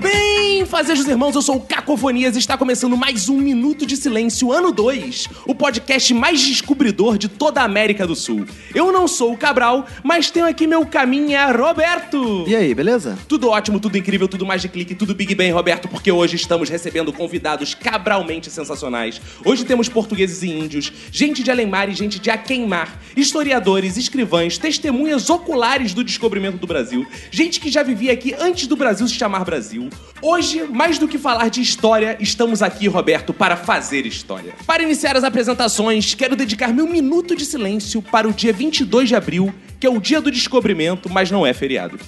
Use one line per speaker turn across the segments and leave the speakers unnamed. Bem, fazejos irmãos, eu sou o Cacofonias e está começando mais um Minuto de Silêncio, ano 2, o podcast mais descobridor de toda a América do Sul. Eu não sou o Cabral, mas tenho aqui meu caminho é Roberto.
E aí, beleza?
Tudo ótimo, tudo incrível, tudo mais de clique, tudo Big Bang, Roberto, porque hoje estamos recebendo convidados cabralmente sensacionais. Hoje temos portugueses e índios, gente de Alemar e gente de Aquemar, historiadores, escrivães, testemunhas oculares do descobrimento do Brasil, gente que já vivia aqui antes do Brasil se chamar Brasil. Hoje, mais do que falar de história, estamos aqui, Roberto, para fazer história. Para iniciar as apresentações, quero dedicar meu minuto de silêncio para o dia 22 de abril, que é o dia do descobrimento, mas não é feriado.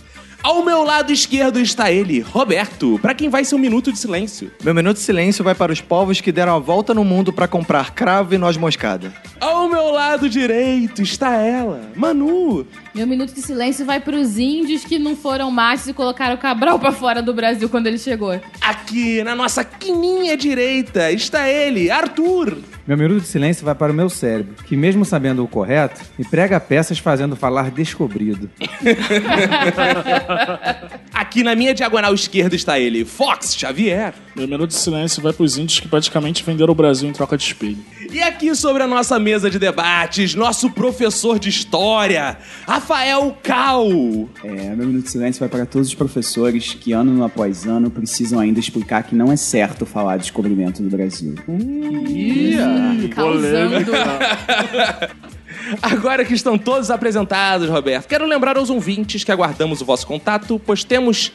Ao meu lado esquerdo está ele, Roberto, pra quem vai ser um minuto de silêncio.
Meu minuto de silêncio vai para os povos que deram a volta no mundo para comprar cravo e noz moscada.
Ao meu lado direito está ela, Manu.
Meu um minuto de silêncio vai pros índios que não foram machos e colocaram o Cabral pra fora do Brasil quando ele chegou.
Aqui na nossa quininha direita está ele, Arthur.
Meu minuto de silêncio vai para o meu cérebro, que mesmo sabendo o correto, me prega peças fazendo falar descobrido.
Aqui na minha diagonal esquerda está ele, Fox Xavier.
Meu minuto de silêncio vai pros índios que praticamente venderam o Brasil em troca de espelho.
E aqui sobre a nossa mesa de debates, nosso professor de história, Rafael Cal.
É, meu minuto de silêncio vai para todos os professores que, ano após ano, precisam ainda explicar que não é certo falar de descobrimento do Brasil.
Hum, Causando.
Agora que estão todos apresentados, Roberto, quero lembrar aos ouvintes que aguardamos o vosso contato, pois temos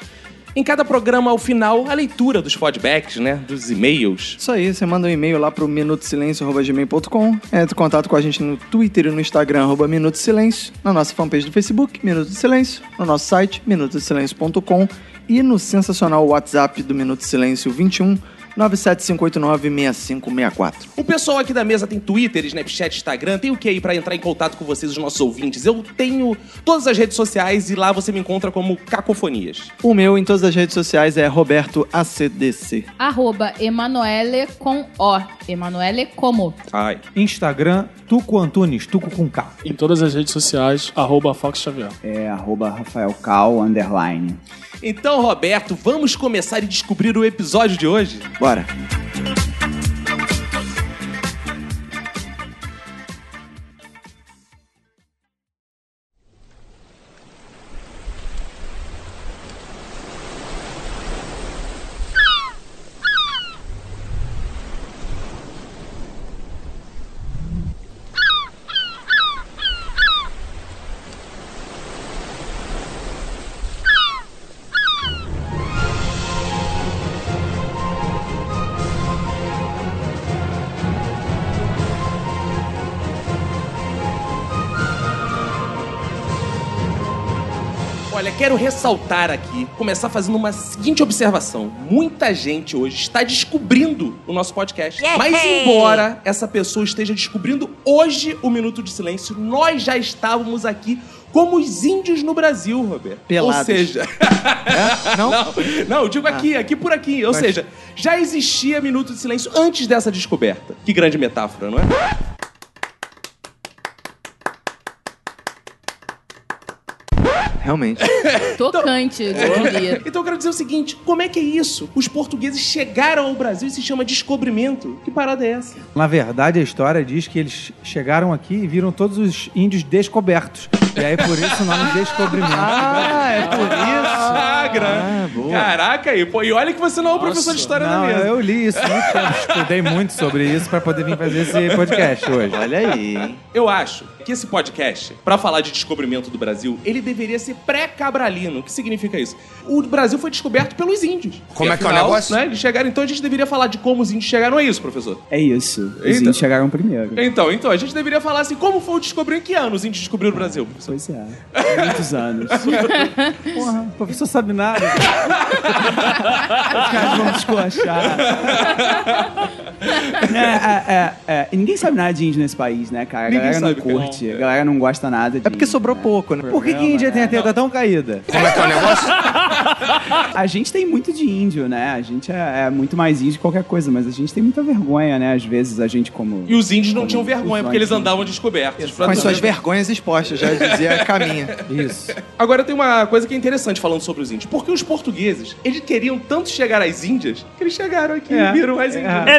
em cada programa, ao final, a leitura dos feedbacks, né? Dos e-mails.
Isso aí, você manda um e-mail lá pro minutosilencio.gmail.com, entra em contato com a gente no Twitter e no Instagram, arroba Minuto de Silêncio, na nossa fanpage do Facebook, Minuto de Silêncio, no nosso site, minutosilencio.com e no sensacional WhatsApp do Minuto de Silêncio 21 97589 6564.
O pessoal aqui da mesa tem Twitter, Snapchat, Instagram, tem o que aí pra entrar em contato com vocês, os nossos ouvintes? Eu tenho todas as redes sociais e lá você me encontra como Cacofonias.
O meu em todas as redes sociais é Roberto ACDC.
Arroba Emanuele com O. Emanuele como?
Ai.
Instagram, Tuco Antunes, Tuco com K.
Em todas as redes sociais, arroba Fox Xavier.
É arroba Rafael Cal, underline.
Então, Roberto, vamos começar e descobrir o episódio de hoje?
Bora.
Olha, quero ressaltar aqui, começar fazendo uma seguinte observação. Muita gente hoje está descobrindo o nosso podcast. Mas embora essa pessoa esteja descobrindo hoje o Minuto de Silêncio, nós já estávamos aqui como os índios no Brasil, Roberto. Ou
Pelados.
seja,
É? Não? Ah.
não, não, eu digo aqui, aqui por aqui. Ou seja, já existia Minuto de Silêncio antes dessa descoberta. Que grande metáfora, não é?
É
Realmente.
Tocante, eu diria.
Então eu quero dizer o seguinte, como é que é isso? Os portugueses chegaram ao Brasil e se chama descobrimento. Que parada é essa?
Na verdade, a história diz que eles chegaram aqui e viram todos os índios descobertos. E aí, por isso, o nome descobrimento.
ah, é por isso.
Ah, gran-
Ah, boa.
Caraca aí, pô, e olha que você não é o professor de história da
Não,
mesa.
eu li isso muito tempo, estudei muito sobre isso para poder vir fazer esse podcast hoje.
Olha aí, hein?
Eu acho que esse podcast, pra falar de descobrimento do Brasil, ele deveria ser pré-cabralino. O que significa isso? O Brasil foi descoberto pelos índios.
Como
E,
é que é o negócio?
Né, eles chegaram, então a gente deveria falar de como os índios chegaram a isso, professor.
É isso. Os
Eita.
índios chegaram primeiro.
Então, então, a gente deveria falar assim, como foi o descobrir em que ano os índios descobriram o Brasil? professor?
Pois é. Há Muitos anos.
Porra, o professor sabe nada.
Os caras vão descoachar. é, é, é, é. E Ninguém sabe nada de índio nesse país, né, cara? A
Ninguém
galera
sabe,
não
cara.
curte, a galera não gosta nada
É
de
porque
índio,
sobrou
né?
pouco, né?
Por que, que Índia tem a teta tão caída?
Como é que é o negócio?
A gente tem muito de índio, né? A gente é, é muito mais índio que qualquer coisa, mas a gente tem muita vergonha, né? Às vezes a gente como...
E os índios não tinham vergonha,
os
porque eles
índios.
andavam descobertos.
Com as suas vergonhas expostas, já dizia a caminha.
Isso.
Agora tem uma coisa que é interessante falando sobre os índios. Porque os portugueses, eles queriam tanto chegar às índias, que eles chegaram aqui
É.
e viram as índias.
É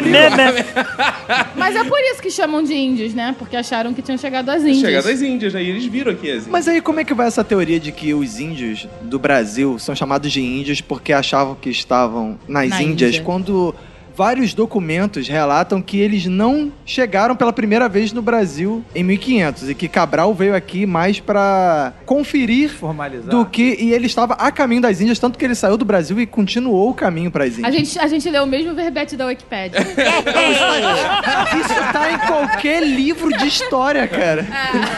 Mas é por isso que chamam de índios, né? Porque acharam que tinham chegado às índias.
Chegaram às índias, né? E eles viram aqui as índias.
Mas aí como é que vai essa teoria de que os índios do Brasil são chamados de índios porque achavam que estavam nas
Na
Índias,
Índia.
quando vários documentos relatam que eles não chegaram pela primeira vez no Brasil em 1500 e que Cabral veio aqui mais pra conferir
Formalizar.
do que e ele estava a caminho das Índias, tanto que ele saiu do Brasil e continuou o caminho para as
A
Índias.
gente, a gente leu o mesmo verbete da Wikipédia.
Isso tá em qualquer livro de história, cara.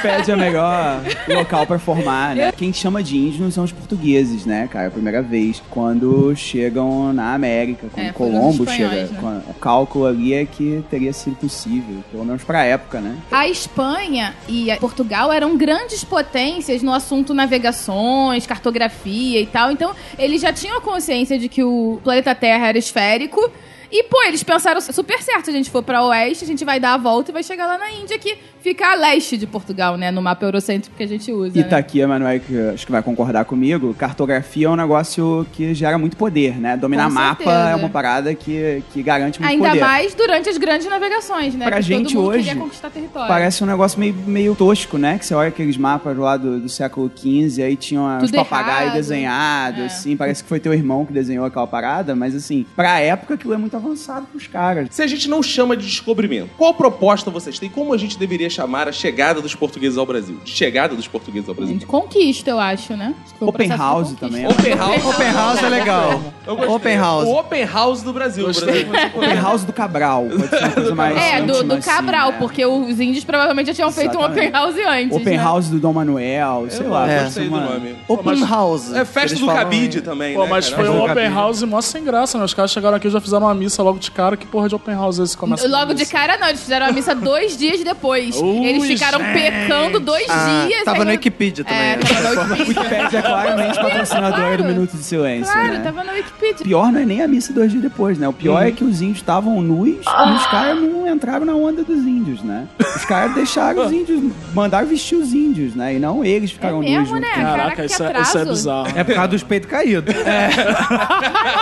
Pede é o melhor local pra formar, né? Quem chama de índio não são os portugueses, né, cara? É a primeira vez. Quando chegam na América, quando
É, foram
Colombo
os espanhóis,
chega.
né?
quando- o cálculo ali é que teria sido possível, pelo menos pra época, né?
A Espanha e a Portugal eram grandes potências no assunto navegações, cartografia e tal. Então, eles já tinham a consciência de que o planeta Terra era esférico. E, pô, eles pensaram super certo. Se a gente for pra oeste, a gente vai dar a volta e vai chegar lá na Índia, que fica a leste de Portugal, né? No mapa eurocêntrico que a gente usa.
E
né?
tá aqui, Emanuel, que acho que vai concordar comigo. Cartografia é um negócio que gera muito poder, né? Dominar
Com
mapa
certeza.
é uma parada que, que garante muito
Ainda
poder.
mais durante as grandes navegações, né?
Pra
que
gente
todo mundo
hoje,
queria conquistar território.
Parece um negócio meio, meio tosco, né? Que você olha aqueles mapas lá do, do século XV, aí tinham os
Tudo
papagaios
errado.
desenhados,
É.
assim. Parece que foi teu irmão que desenhou aquela parada, mas assim, pra época aquilo é muito avançado pros caras.
Se a gente não chama de descobrimento, qual proposta vocês têm? Como a gente deveria chamar a chegada dos portugueses ao Brasil? De chegada dos portugueses ao
A
Brasil.
gente conquista, eu acho, né? Foi um
Open
processo de
house
conquista.
também é
Open house.
Open house é legal.
Eu gostei.
Open house.
O open house do Brasil.
Gostei.
Brasil.
Open House do Cabral. Pode ser uma coisa mais
É, do,
íntima,
do Cabral,
assim, né?
porque os índios provavelmente já tinham feito um open
Exatamente.
house antes.
Open
né?
House do Dom Manuel, sei lá.
É.
Eu
pode ser
gostei do
uma-
nome. Pô,
Open
mas-
house.
É festa
Eles
do
falam em-
cabide também,
Pô,
né,
mas
cara?
foi um
Mas
open
eu-
house mó sem graça, né? Os caras chegaram aqui e já fizeram uma missa logo de cara. Que porra de open house é esse assim? começa?
Logo
com
de
isso?
cara, não, eles fizeram a missa dois dias depois.
Ui,
eles ficaram
gente.
pecando dois
Ah,
dias.
tava
aí-
no Wikipedia também.
É,
né?
tava na
O
Wikipedia.
Wikipedia é claramente patrocinadora do
Claro.
Minuto de Silêncio. né?
Claro, tava na
O
Wikipedia.
pior não é nem a missa dois dias depois, né? O pior
Uhum.
é que os índios estavam nus e
Ah.
os caras não entraram na onda dos índios, né? Os caras deixaram os
Ah.
índios, mandaram vestir os índios, né? E não eles ficaram
É
nus.
mesmo,
junto.
né? Caraca,
Caraca,
que
isso é, isso é
atraso.
bizarro.
É por causa dos peitos caídos.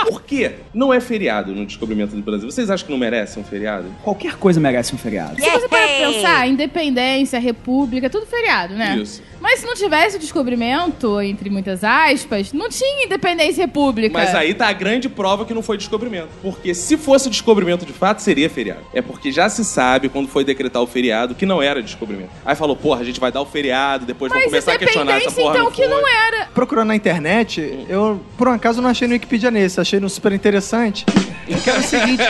Por quê? Não é feriado no descobrimento do Brasil. Vocês acham que não merece um feriado?
Qualquer coisa merece um feriado.
Se você parar pra pensar, independência, república, tudo feriado, né?
Isso.
Mas se não tivesse o descobrimento, entre muitas aspas, não tinha independência e república.
Mas aí tá a grande prova que não foi descobrimento. Porque se fosse descobrimento de fato, seria feriado. É porque já se sabe, quando foi decretar o feriado, que não era descobrimento. Aí falou, porra, a gente vai dar o feriado, depois vão
Mas
começar a questionar essa
independência,
porra.
então,
foi.
que não era.
Procurando na internet, eu por um acaso não achei no Wikipedia nesse, achei no super interessante. Que era o seguinte: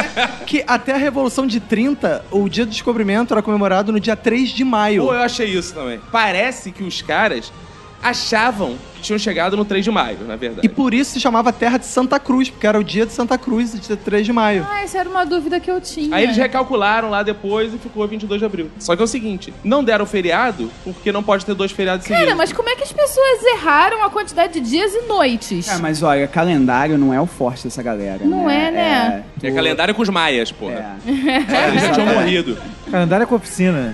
que até a Revolução de 30, o dia do descobrimento era comemorado no dia 3 de maio.
Pô, eu achei isso também. Parece que os caras achavam que tinham chegado no 3 de maio, na verdade.
E por isso se chamava Terra de Santa Cruz, porque era o dia de Santa Cruz, dia 3 de maio.
Ah, essa era uma dúvida que eu tinha.
Aí eles recalcularam lá depois e ficou 22 de abril. Só que é o seguinte, não deram feriado porque não pode ter dois feriados
Cara,
seguidos.
mas como é que as pessoas erraram a quantidade de dias e noites?
Cara, Ah, mas olha, calendário não é o forte dessa galera.
Não é, né?
É,
É calendário com os maias, porra.
É.
Eles já tinham
Exatamente.
morrido.
Calendário com oficina.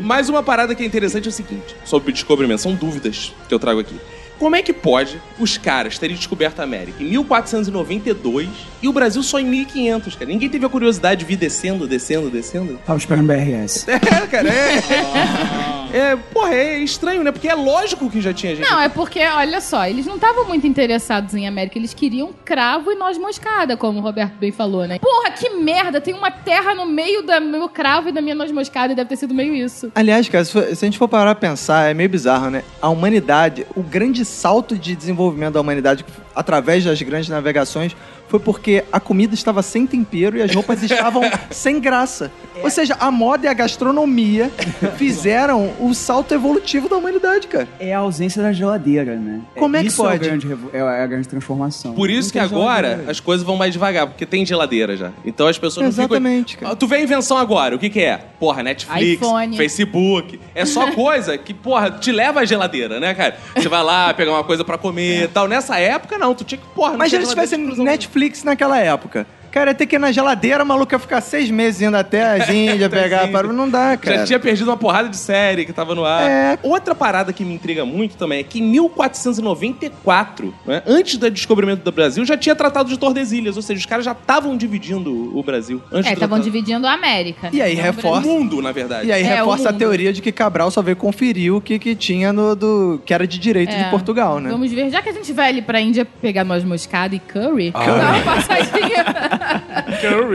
Mais uma parada que é interessante é o seguinte, sobre o descobrimento, são dúvidas que eu trago aqui. Como é que pode os caras terem descoberto a América em 1492 e o Brasil só em 1500, cara? Ninguém teve a curiosidade de vir descendo, descendo, descendo?
Tava esperando BRS.
É, cara, é. É, porra, é estranho, né? Porque é lógico que já tinha gente.
Não, é porque, olha só, eles não estavam muito interessados em América. Eles queriam cravo e noz moscada, como o Roberto bem falou, né? Porra, que merda! Tem uma terra no meio do meu cravo e da minha noz moscada. E deve ter sido meio isso.
Aliás, cara, se, for- se a gente for parar pra pensar, é meio bizarro, né? A humanidade, o grande salto de desenvolvimento da humanidade através das grandes navegações foi porque a comida estava sem tempero e as roupas estavam sem graça. Ou seja, a moda e a gastronomia fizeram o salto evolutivo da humanidade, cara.
É a ausência da geladeira, né?
Como é que
isso
pode?
É, o grande revo- é a grande transformação.
Por isso
Não
que
tem geladeira
né?
agora
hoje.
as coisas vão mais devagar, porque tem geladeira já. Então as pessoas não
Exatamente,
ficam.
cara.
Ah, Tu vê a invenção agora, o que que é? Porra, Netflix,
iPhone.
Facebook. É só coisa que, porra, te leva à geladeira, né, cara? Você vai lá pegar uma coisa pra comer e tal. Nessa época, não, tu tinha que, porra, não
Mas se
tinha
eles
geladeira,
tivessem
tinha que cruzar o
Netflix
mundo.
naquela época. Cara, ia ter que ir na geladeira, maluco, ia ficar seis meses indo até as Índias, pegar a
Índias.
parada. Não dá, cara.
Já tinha perdido uma porrada de série que tava no ar.
É.
Outra parada que me intriga muito também é que em 1494, né, antes do descobrimento do Brasil, já tinha tratado de Tordesilhas. Ou seja, os caras já estavam dividindo o Brasil. Antes do
É, estavam
tratado.
dividindo a América.
tá- E aí
Não o
reforça-
O É mundo, na verdade.
E aí
É,
reforça
o
a
mundo.
teoria de que Cabral só veio conferir o que, que tinha no do que era de direito
É.
de Portugal, né?
Vamos ver. Já que a gente vai ali pra Índia pegar noz moscada e curry,
Ah,
dá
é.
uma passadinha.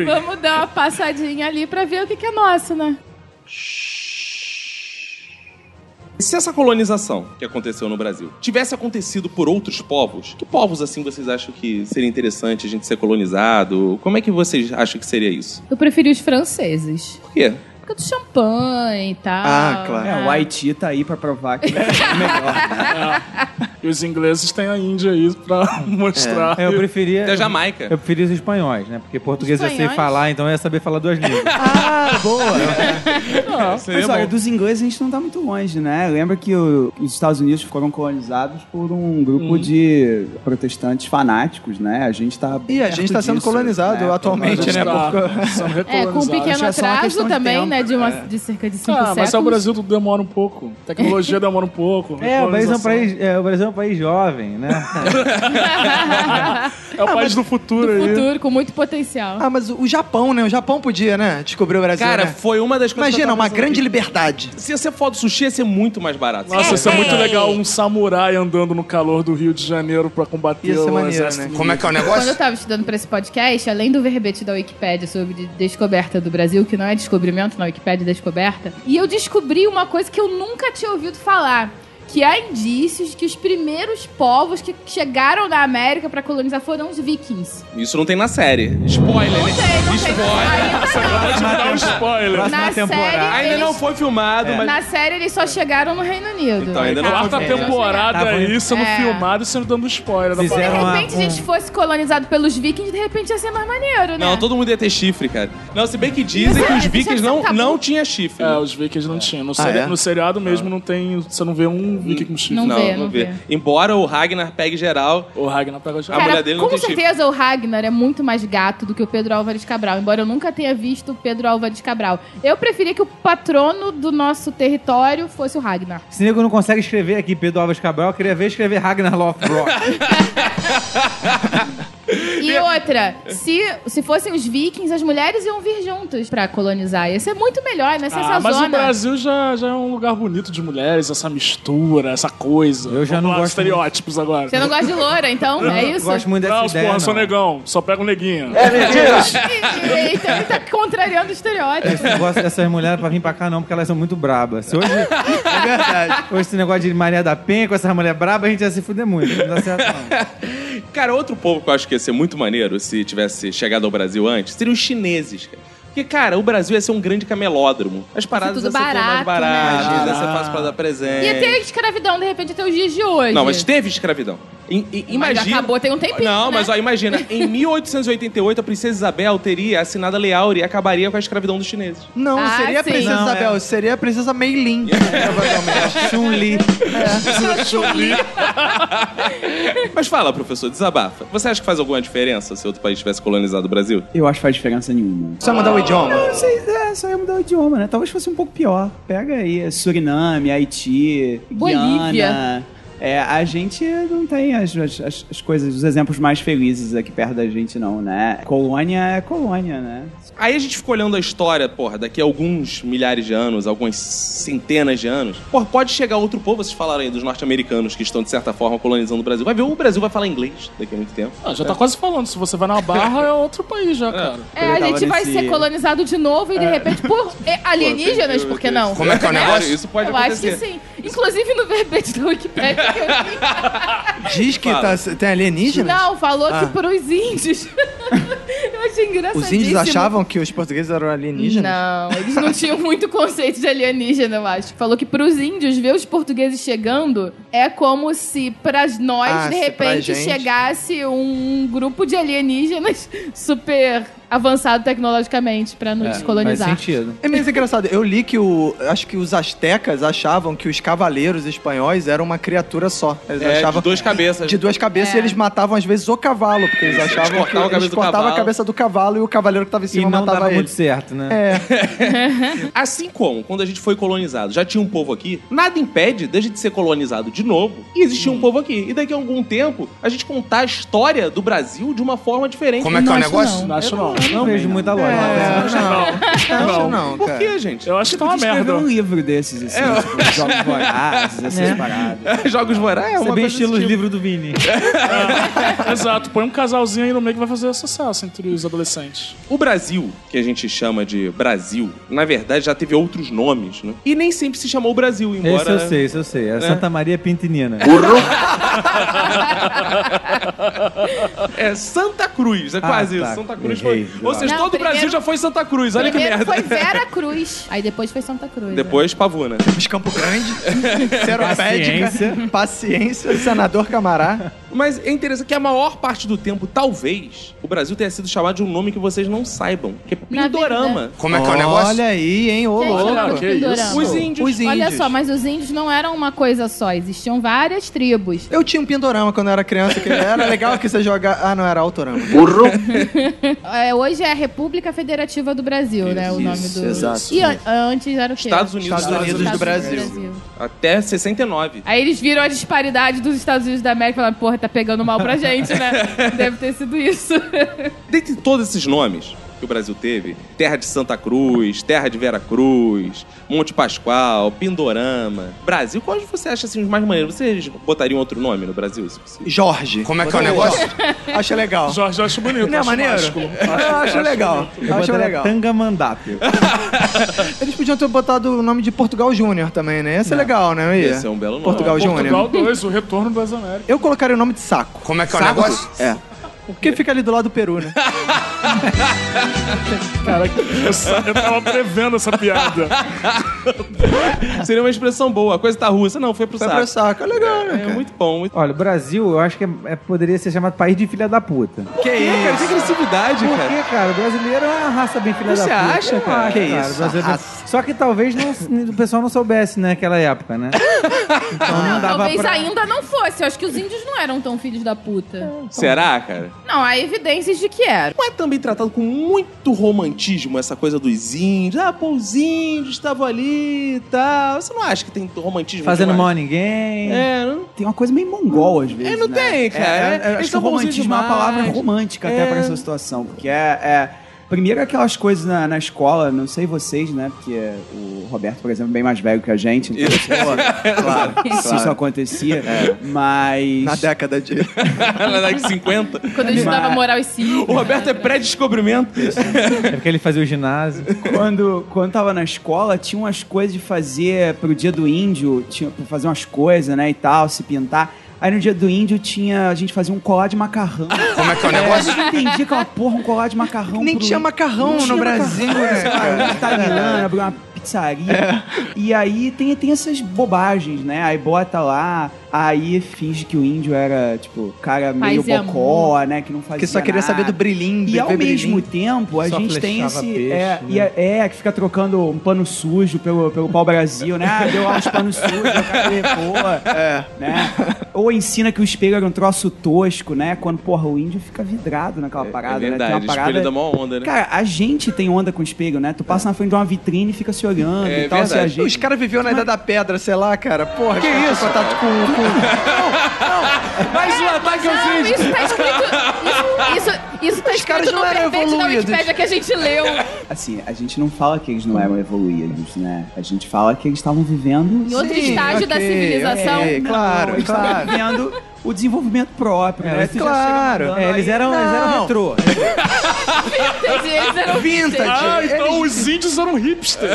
Vamos dar uma passadinha ali pra ver o que, que é nosso, né?
Se essa colonização que aconteceu no Brasil tivesse acontecido por outros povos, que povos assim vocês acham que seria interessante a gente ser colonizado? Como é que vocês acham que seria isso?
Eu preferi os franceses.
Por quê?
Por causa do champanhe e tal.
Ah, claro.
É, o Haiti tá aí pra provar que vai ser melhor.
E os ingleses têm a Índia aí pra mostrar.
É,
Eu preferia.
Da Jamaica.
Eu preferia os espanhóis, né? Porque português eu sei
Espanhóis?
falar, então eu ia saber falar duas línguas. é
ah, boa!
Seria
Mas olha,
bom.
dos ingleses a gente não tá muito longe, né? Lembra que o- os Estados Unidos foram colonizados por um grupo
Hum.
de protestantes fanáticos, né? A gente tá.
E a
perto
gente tá sendo
disso,
colonizado
né?
atualmente,
Mas
né?
tá
Porque-
É, com
sendo
um
recolonizados.
pequeno
é só uma
atraso
questão de
também,
tempo,
né? De, uma, de cerca de cinco
Ah,
séculos.
mas é o Brasil, tudo demora um pouco. Tecnologia demora um pouco.
É, o Brasil é, um
colonização.
país, é, o Brasil é um país jovem, né?
É o país do futuro aí.
Futuro com muito potencial.
Ah, mas o Japão, né? O Japão podia, né? Descobrir o Brasil.
Cara,
é.
né?
foi uma das coisas. que eu
imagina
tava
uma
pensando
grande
aqui.
liberdade.
Se você for do sushi, ia ser muito mais barato.
Nossa, isso é muito legal. Um samurai andando no calor do Rio de Janeiro pra combater
Ia ser
o
maneiro,
exército.
né?
inimigo.
Como é que é o
Quando eu
negócio?
tava estudando pra esse podcast, além do verbete da Wikipédia sobre de- descoberta do Brasil, que não é descobrimento, na Wikipédia é descoberta, e eu descobri uma coisa que eu nunca tinha ouvido falar. Que há indícios que os primeiros povos que chegaram na América pra colonizar foram os vikings.
Isso não tem na série. Spoiler, né?
Sei, não sei.
Spoiler. Ah,
Ainda
Vou te dar um spoiler.
não. Na
temporada.
série,
Ainda não
eles,
foi filmado, mas.
na série eles só chegaram no Reino Unido.
Então, ainda não foi
Quarta
filmado.
temporada
Tá bom.
aí, sendo
Ah, É.
filmado e sendo dando spoiler.
Se
da
de
Fizeram
parada.
uma-
repente a gente fosse colonizado pelos vikings, de repente ia ser mais maneiro, né?
Não, todo mundo ia ter chifre, cara. Não, se bem que dizem
Isso
que
é-
os
isso
vikings
é um
não,
tabu.
não tinha chifre.
É, os vikings não tinham. No,
Ah,
seri-
é?
no seriado mesmo não tem. Você não vê um viking com chifre.
Não
não,
vê,
não
não
vê.
vê.
Embora o Ragnar pegue geral.
O Ragnar pega já.
A
Cara,
mulher dele não
com
tem tipo
certeza o Ragnar é muito mais gato do que o Pedro Álvares Cabral, embora eu nunca tenha visto o Pedro Álvares Cabral. Eu preferia que o patrono do nosso território fosse o Ragnar.
Esse nego não consegue escrever aqui Pedro Alves Cabral, eu queria ver escrever Ragnar Lothbrok.
E outra, se, se fossem os vikings, as mulheres iam vir juntos pra colonizar. Ia ser muito melhor, né? Se essa
Ah, mas
zona...
o Brasil já, já é um lugar bonito de mulheres, essa mistura, essa coisa.
Eu já
Vamos
não
lá,
gosto
Estereótipos agora.
Você não gosta de loura, então é isso?
Gosto muito dessa
Não,
ideia.
porra, sou
não.
negão. Só pega um neguinho.
É.
E- Então ele tá contrariando o estereótipo.
Esse negócio dessas mulheres pra vir pra cá não, porque elas são muito brabas. Se hoje, é verdade. Hoje esse negócio de Maria da Penha com essas mulheres brabas, a gente ia se fuder muito. Não dá certo, não.
chifre. Cara, outro povo que eu acho que ia ser muito maneiro se tivesse chegado ao Brasil antes seriam os chineses, cara. Porque, cara, o Brasil ia ser um grande camelódromo. As paradas
tudo
iam ser tudo mais
barato,
baratas,
né?
ia ser fácil pra dar presente.
Ia ter escravidão, de repente, até os dias de hoje.
Não, mas teve escravidão. I- i-
Mas já
imagina.
acabou, tem um tempinho,
Não,
né?
mas ó, imagina. Em 1888, a princesa Isabel teria assinado a Lei Áurea e acabaria com a escravidão dos chineses.
Não,
Ah,
seria a
sim.
princesa
Não, é.
Isabel, seria a princesa Meilin.
Chun-Li.
Mas fala, professor, desabafa. Você acha que faz alguma diferença se outro país tivesse colonizado o Brasil?
Eu acho que faz diferença nenhuma.
Só mudar o idioma.
Não sei, é, só ia mudar o idioma,
é
né? Talvez fosse um pouco pior. Pega aí Suriname, Haiti,
Bolívia.
Guiana. É, a gente não tem as, as- as- as coisas, os exemplos mais felizes aqui perto da gente, não, né? Colônia é colônia, né?
Aí a gente ficou olhando a história, porra, daqui a alguns milhares de anos, algumas centenas de anos. Porra, pode chegar outro povo, vocês falaram aí, dos norte-americanos que estão, de certa forma, colonizando o Brasil. Vai ver, o Brasil vai falar inglês daqui a muito tempo.
Ah, já tá quase falando. Se você vai na Barra, é outro país já, cara.
É, a
Eu tava
gente vai
nesse-
ser colonizado de novo e de repente por é, alienígenas, por que não?
Como é que é o
Né?
negócio?
Isso pode
Eu acho
acontecer.
que sim. Inclusive no verbete da Wikipedia. que eu
Diz que
Fala.
tá- tem
li.
alienígena?
Não, falou
Ah.
que pros índios. eu achei engraçadíssimo.
Os índios achavam que os portugueses eram alienígenas?
é Não, eles não tinham muito conceito de alienígena, eu acho. Falou que pros índios, ver os portugueses chegando é como se pra nós,
Ah,
de
se pra
repente,
gente.
chegasse um grupo de alienígenas super avançado tecnologicamente pra
É,
nos
Faz
colonizar.
sentido.
É mesmo engraçado. Eu li que o. Acho que os astecas achavam que os cavaleiros espanhóis eram uma criatura só. Eles
É,
achavam.
de duas cabeças.
De duas cabeças
É.
e eles matavam às vezes o cavalo, porque eles achavam
cortavam a
que
cabeça
eles
do
cortavam a
cavalo.
cabeça do cavalo e o cavaleiro que tava em
E
cima
não
matava
dava
ele.
muito certo,
É,
né?
Assim como, quando a gente foi colonizado, já tinha um povo aqui, nada impede da gente ser colonizado de novo e existir um povo aqui. E daqui a algum tempo, a gente contar a história do Brasil de uma forma diferente.
Como é que é o
Não acho
negócio?
Não acho não.
Não vejo muita lógica.
É, não, não, não,
Por
cara.
quê, gente?
Eu acho que tá uma
Escrever
merda.
um livro desses, assim,
É.
tipo, Jogos Vorazes, essas paradas.
Jogos Vorazes.
É,
uma
bem
coisa
estilo
desse
os
tipo.
livros do Vini.
Exato, põe um casalzinho aí no meio que vai fazer sucesso entre os adolescentes.
O Brasil, que a gente chama de Brasil, na verdade já teve outros nomes, né? E nem sempre se chamou Brasil,
Esse
embora.
eu sei, esse eu sei. É Santa Maria Pintinina.
É Santa Cruz, é quase
tá.
isso. Santa Cruz
Errei,
foi.
sei
Ou seja,
lá.
todo o
Não,
Brasil
primeiro-
já foi Santa Cruz, olha que
Primeiro
merda.
foi Vera Cruz, aí depois foi Santa Cruz.
Depois, Pavuna.
Os Campo Grande, Seropédica,
Paciência.
paciência. Senador Camará.
Mas é interessante que a maior parte do tempo, talvez, o Brasil tenha sido chamado de um nome que vocês não saibam, que é
Na
Pindorama.
Como é que é o negócio? Olha aí, hein, ô
Gente,
louco.
não,
que isso.
Pindorama.
Os índios.
né? Os índios.
Olha só, mas os índios não eram uma coisa só, existiam várias tribos.
Eu tinha um pindorama quando eu era criança, que era legal que você joga. Ah, não, era autorama.
É, hoje é a República Federativa do Brasil, né? O nome do.
exato.
E an- antes era o quê?
Estados Unidos,
Estados Unidos do Brasil.
Até 69.
Aí eles viram a disparidade dos Estados Unidos da América e falaram, porra, tá pegando mal pra gente, né? Deve ter sido isso.
Dentre todos esses nomes que o Brasil teve, Terra de Santa Cruz, Terra de Vera Cruz, Monte Pascoal, Pindorama, Brasil, qual você acha assim os mais maneiros? Vocês botariam outro nome no Brasil, se possível?
Jorge. Como é que é o negócio? Acho legal.
Jorge, eu acho bonito.
Não é
acho
maneiro?
másculo.
Eu acho legal.
Eu
Acho
botaria
legal.
Tanga Mandápio.
Eles podiam ter botado o nome de Portugal Júnior também, né? Ia ser legal, né? Ia.
Esse é um belo nome.
Portugal
Portugal
Júnior.
2, o retorno das Américas.
Eu colocaria o nome de saco. Como é que é o negócio? É. Porque fica ali do lado do Peru, né?
Cara, que-
é?
eu tava prevendo essa piada.
Seria uma expressão boa. A coisa tá russa. Não, foi pro
Vai
saco.
pro saco. É legal, né?
É muito bom. Muito...
Olha, o Brasil, eu acho que é- é- poderia ser chamado país de filha da puta.
Que isso? Cara, que agressividade,
Por
cara.
quê, cara? O brasileiro é uma raça bem filha
Você
da puta.
acha,
Eu
cara?
acho,
Que isso,
O brasileiro é-
raça.
Só que talvez não- o pessoal não soubesse naquela época, né? Então não dava
Talvez
pra...
ainda não fosse. Eu acho que os índios não eram tão filhos da puta.
Será, cara?
Não, há evidências de que eram.
Não é também tratado com muito romantismo essa coisa dos índios? Ah, pô, os índios estavam ali e tal. Você não acha que tem romantismo?
Fazendo mal
demais?
a ninguém.
É, não,
Tem uma coisa meio mongol, às vezes,
é, não
né?
tem, cara.
É, é,
Eles
acho que
são
o romantismo é uma
bonzinhos
palavra
demais.
romântica
É.
até pra essa situação, porque é, é- primeiro aquelas coisas na, na escola, não sei vocês, né? Porque o Roberto, por exemplo, é bem mais velho que a gente, então não sei se, claro, É. se isso acontecia, mas
Na década de.
Na década de 50.
Quando eu estudava
Mas-
moral e cívico.
O Roberto é pré-descobrimento.
É porque ele fazia o ginásio.
quando quando tava na escola tinha umas coisas de fazer pro Dia do Índio, tinha pra fazer umas coisas, né, e tal, se pintar. Aí no dia do índio tinha. A gente fazia um colar de macarrão. Como é que é o negócio? eu não entendi aquela porra, um colar de macarrão.
Nem
pro-
tinha macarrão
Não
no
tinha
Brasil,
macarrão,
né,
sei lá,
cara?
um italiano, abriu uma pizzaria. E aí tem, tem essas bobagens, né? Aí bota lá, aí finge que o índio era, tipo, cara meio
Paz e
bocó, né? Que não fazia
Que só queria
nada.
saber do brilhinho,
E é um ao
bebê
mesmo
brilhinho.
tempo, a
Só
gente tem esse.
flechava peixe,
é,
né?
e a- é, que fica trocando um pano
É.
sujo pelo, pelo pau-brasil, né? Ah, deu lá uns panos sujos, o cara levou, né? Ou ensina que o espelho era um troço tosco, né? Quando, porra, o índio fica vidrado naquela parada,
é verdade,
né? Tem uma parada.
espelho da maior onda, né?
Cara, a gente tem onda com espelho, né? Tu passa na frente de uma vitrine e fica se olhando
É
e
Então,
tal.
assim,
se
verdade.
a gente-
Os caras viviam na Idade da Pedra, sei lá, cara. Porra, que isso? contato com, com...
Mais
é
um ataque ao
Não,
Cid!
isso tá escrito. Isso, isso, isso tá
Os caras
escrito no
não eram
verbete da
evoluídos.
Wikipédia que a gente leu.
Assim, a gente não fala que eles não eram evoluídos, né? A gente fala que eles estavam vivendo.
Em outro
Sim,
estágio da
ok,
civilização.
ok,
Não,
claro,
eles estavam
claro.
vivendo o desenvolvimento próprio, né?
É,
Tu já
claro.
chega mandando
É, eles
aí-
eram, eles eram
Não.
retrô.
Eles eram
Vintage.
Ah, então os índios eram hipsters.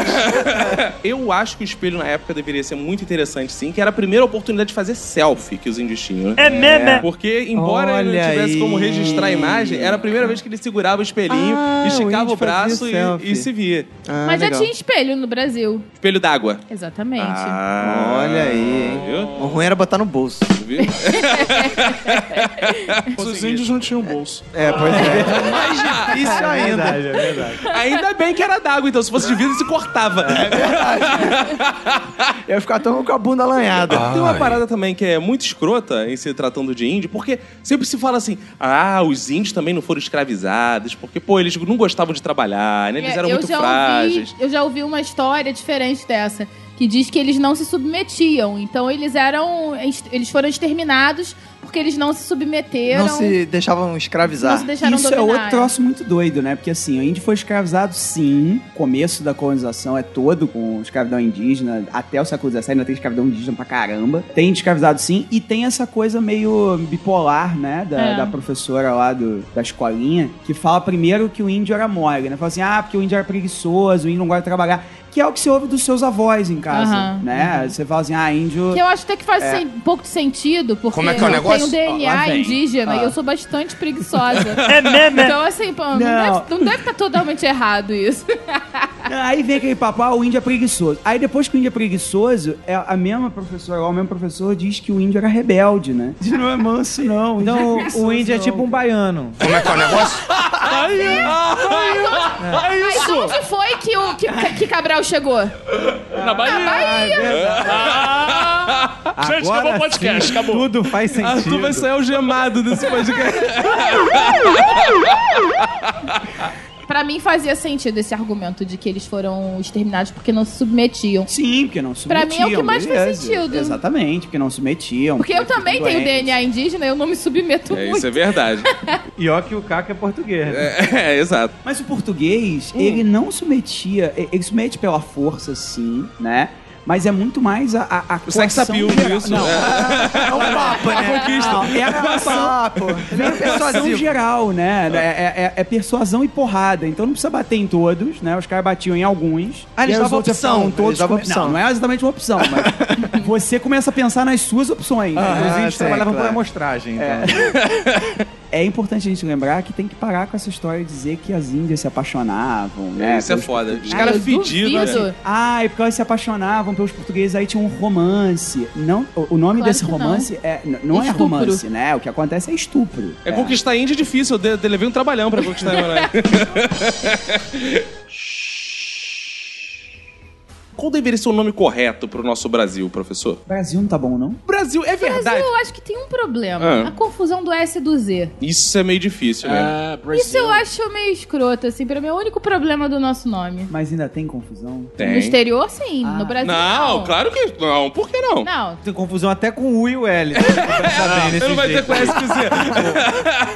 Eu acho que o espelho na época deveria ser muito interessante, sim, que era a primeira oportunidade de fazer selfie que os índios tinham. É mesmo? Porque, embora ele não
Olha
tivesse como
aí.
registrar a imagem, era a primeira vez que ele segurava o espelhinho,
Ah, o
esticava o,
índio
braço
fazia
e-
selfie.
e se via.
Ah,
Mas já
legal.
tinha espelho no Brasil.
Espelho d'água.
Exatamente.
Ah,
Olha aí, hein?
Viu?
O ruim era botar no bolso.
Viu?
Os índios não tinham bolso.
É, pois é. Mais difícil ainda.
é verdade.
Ainda bem que era d'água, então se fosse de vidro se cortava.
É Eu ia ficar tão com a bunda lanhada.
Tem uma parada também que é muito escrota em se tratando de índio, porque sempre se fala assim: ah, os índios também não foram escravizados, porque, pô, eles não gostavam de trabalhar, né? Eles
É,
eram muito frágeis.
ouvi, eu já ouvi uma história diferente dessa, que diz que eles não se submetiam. Então eles eram. Eles foram exterminados porque eles não se submeteram.
Não se deixavam
não
escravizar.
se deixaram
Isso é
dominar.
outro troço muito doido, né? Porque assim, o índio foi escravizado, sim. O começo da colonização é todo com escravidão indígena. Até o século XVII ainda tem escravidão indígena pra caramba. Tem escravizado, sim. E tem essa coisa meio bipolar, né? Da,
É.
da professora lá do, da escolinha, que fala primeiro que o índio era mole, né? Fala assim, ah, porque o índio era preguiçoso, o índio não gosta de trabalhar. Que é o que você ouve dos seus avós em casa,
Aham, Uhum.
né? Você fala assim, ah, índio...
Que é eu acho até que faz sen- um pouco de sentido, porque
Como é que é o
eu
negócio?
tenho DNA
Ah, lá vem.
indígena
Ah.
e eu sou bastante preguiçosa. é mesmo? Então, assim, pô, não,
Não.
Deve, não deve estar totalmente errado isso.
Aí vem aquele papo, ah, o índio é preguiçoso. Aí depois que o índio é preguiçoso, é a mesma professora, ou o mesmo professor diz que o índio era rebelde, né? O índio não é manso, não.
Então, o- o índio é tipo um baiano.
Como é que é o negócio?
É
Mas onde foi que, o, que, que Cabral chegou?
Na Bahia. Ah, gente, acabou o podcast,
sim,
acabou.
Tudo faz sentido.
Arthur Ah, vai sair algemado desse podcast.
Pra mim fazia sentido esse argumento de que eles foram exterminados porque não se submetiam.
Sim, porque não
Pra
submetiam.
mim é o que mais faz
beleza.
sentido.
Exatamente, porque não submetiam.
Porque eu também tenho DNA indígena, eu não me submeto
É,
muito.
isso é verdade.
E ó que o Caco é português. né?
É, exato.
Mas o português, ele não submetia, e- ele submete pela força, sim, né? Mas é muito mais a, a, a
O sex
coação
appeal
geral.
disso.
Não,
É um papo, né?
não, é a coação
Ah, pô. Ele era
persuasão
persuasivo.
É geral, né? É, é- é persuasão e porrada. Então não precisa bater em todos, né? Os caras batiam em alguns.
Ah, eles
E aí os
davam
outros
opção,
ficavam
eles davam
come-
opção.
Não, não é exatamente uma opção, mas você começa a pensar nas suas opções. né?
Os índios
sim,
trabalhavam por
Ah, claro.
amostragem. Então.
É importante a gente lembrar que tem que parar com essa história de dizer que as índias se apaixonavam, né?
Isso é
pelos
foda.
portugueses.
Os caras
eu
fedidos. né?
duvido.
Ah, é porque elas se apaixonavam pelos portugueses, aí tinha um romance. Não, o o nome
Claro
desse
que não.
romance é n- não é
Estupro.
romance, né? O que acontece é estupro.
É conquistar índio é difícil, eu de- de- levei um trabalhão pra conquistar índio. Qual deveria ser o nome correto pro nosso Brasil, professor?
O Brasil não tá bom, não?
Brasil, é
Mas
verdade.
eu acho que tem um problema.
Ah.
A confusão do S e do Z.
Isso é meio difícil, né?
É, Brasil.
Isso eu acho meio escroto, assim. Pra mim é o único problema do nosso nome.
Mas ainda tem confusão.
No exterior, sim. No Brasil, não.
Ah. Não, claro que não. Por que não?
Não.
Tem confusão até com o U e o L. Você tá bem
Eu
nesse
não vai ter
jeito.
é com SQZ.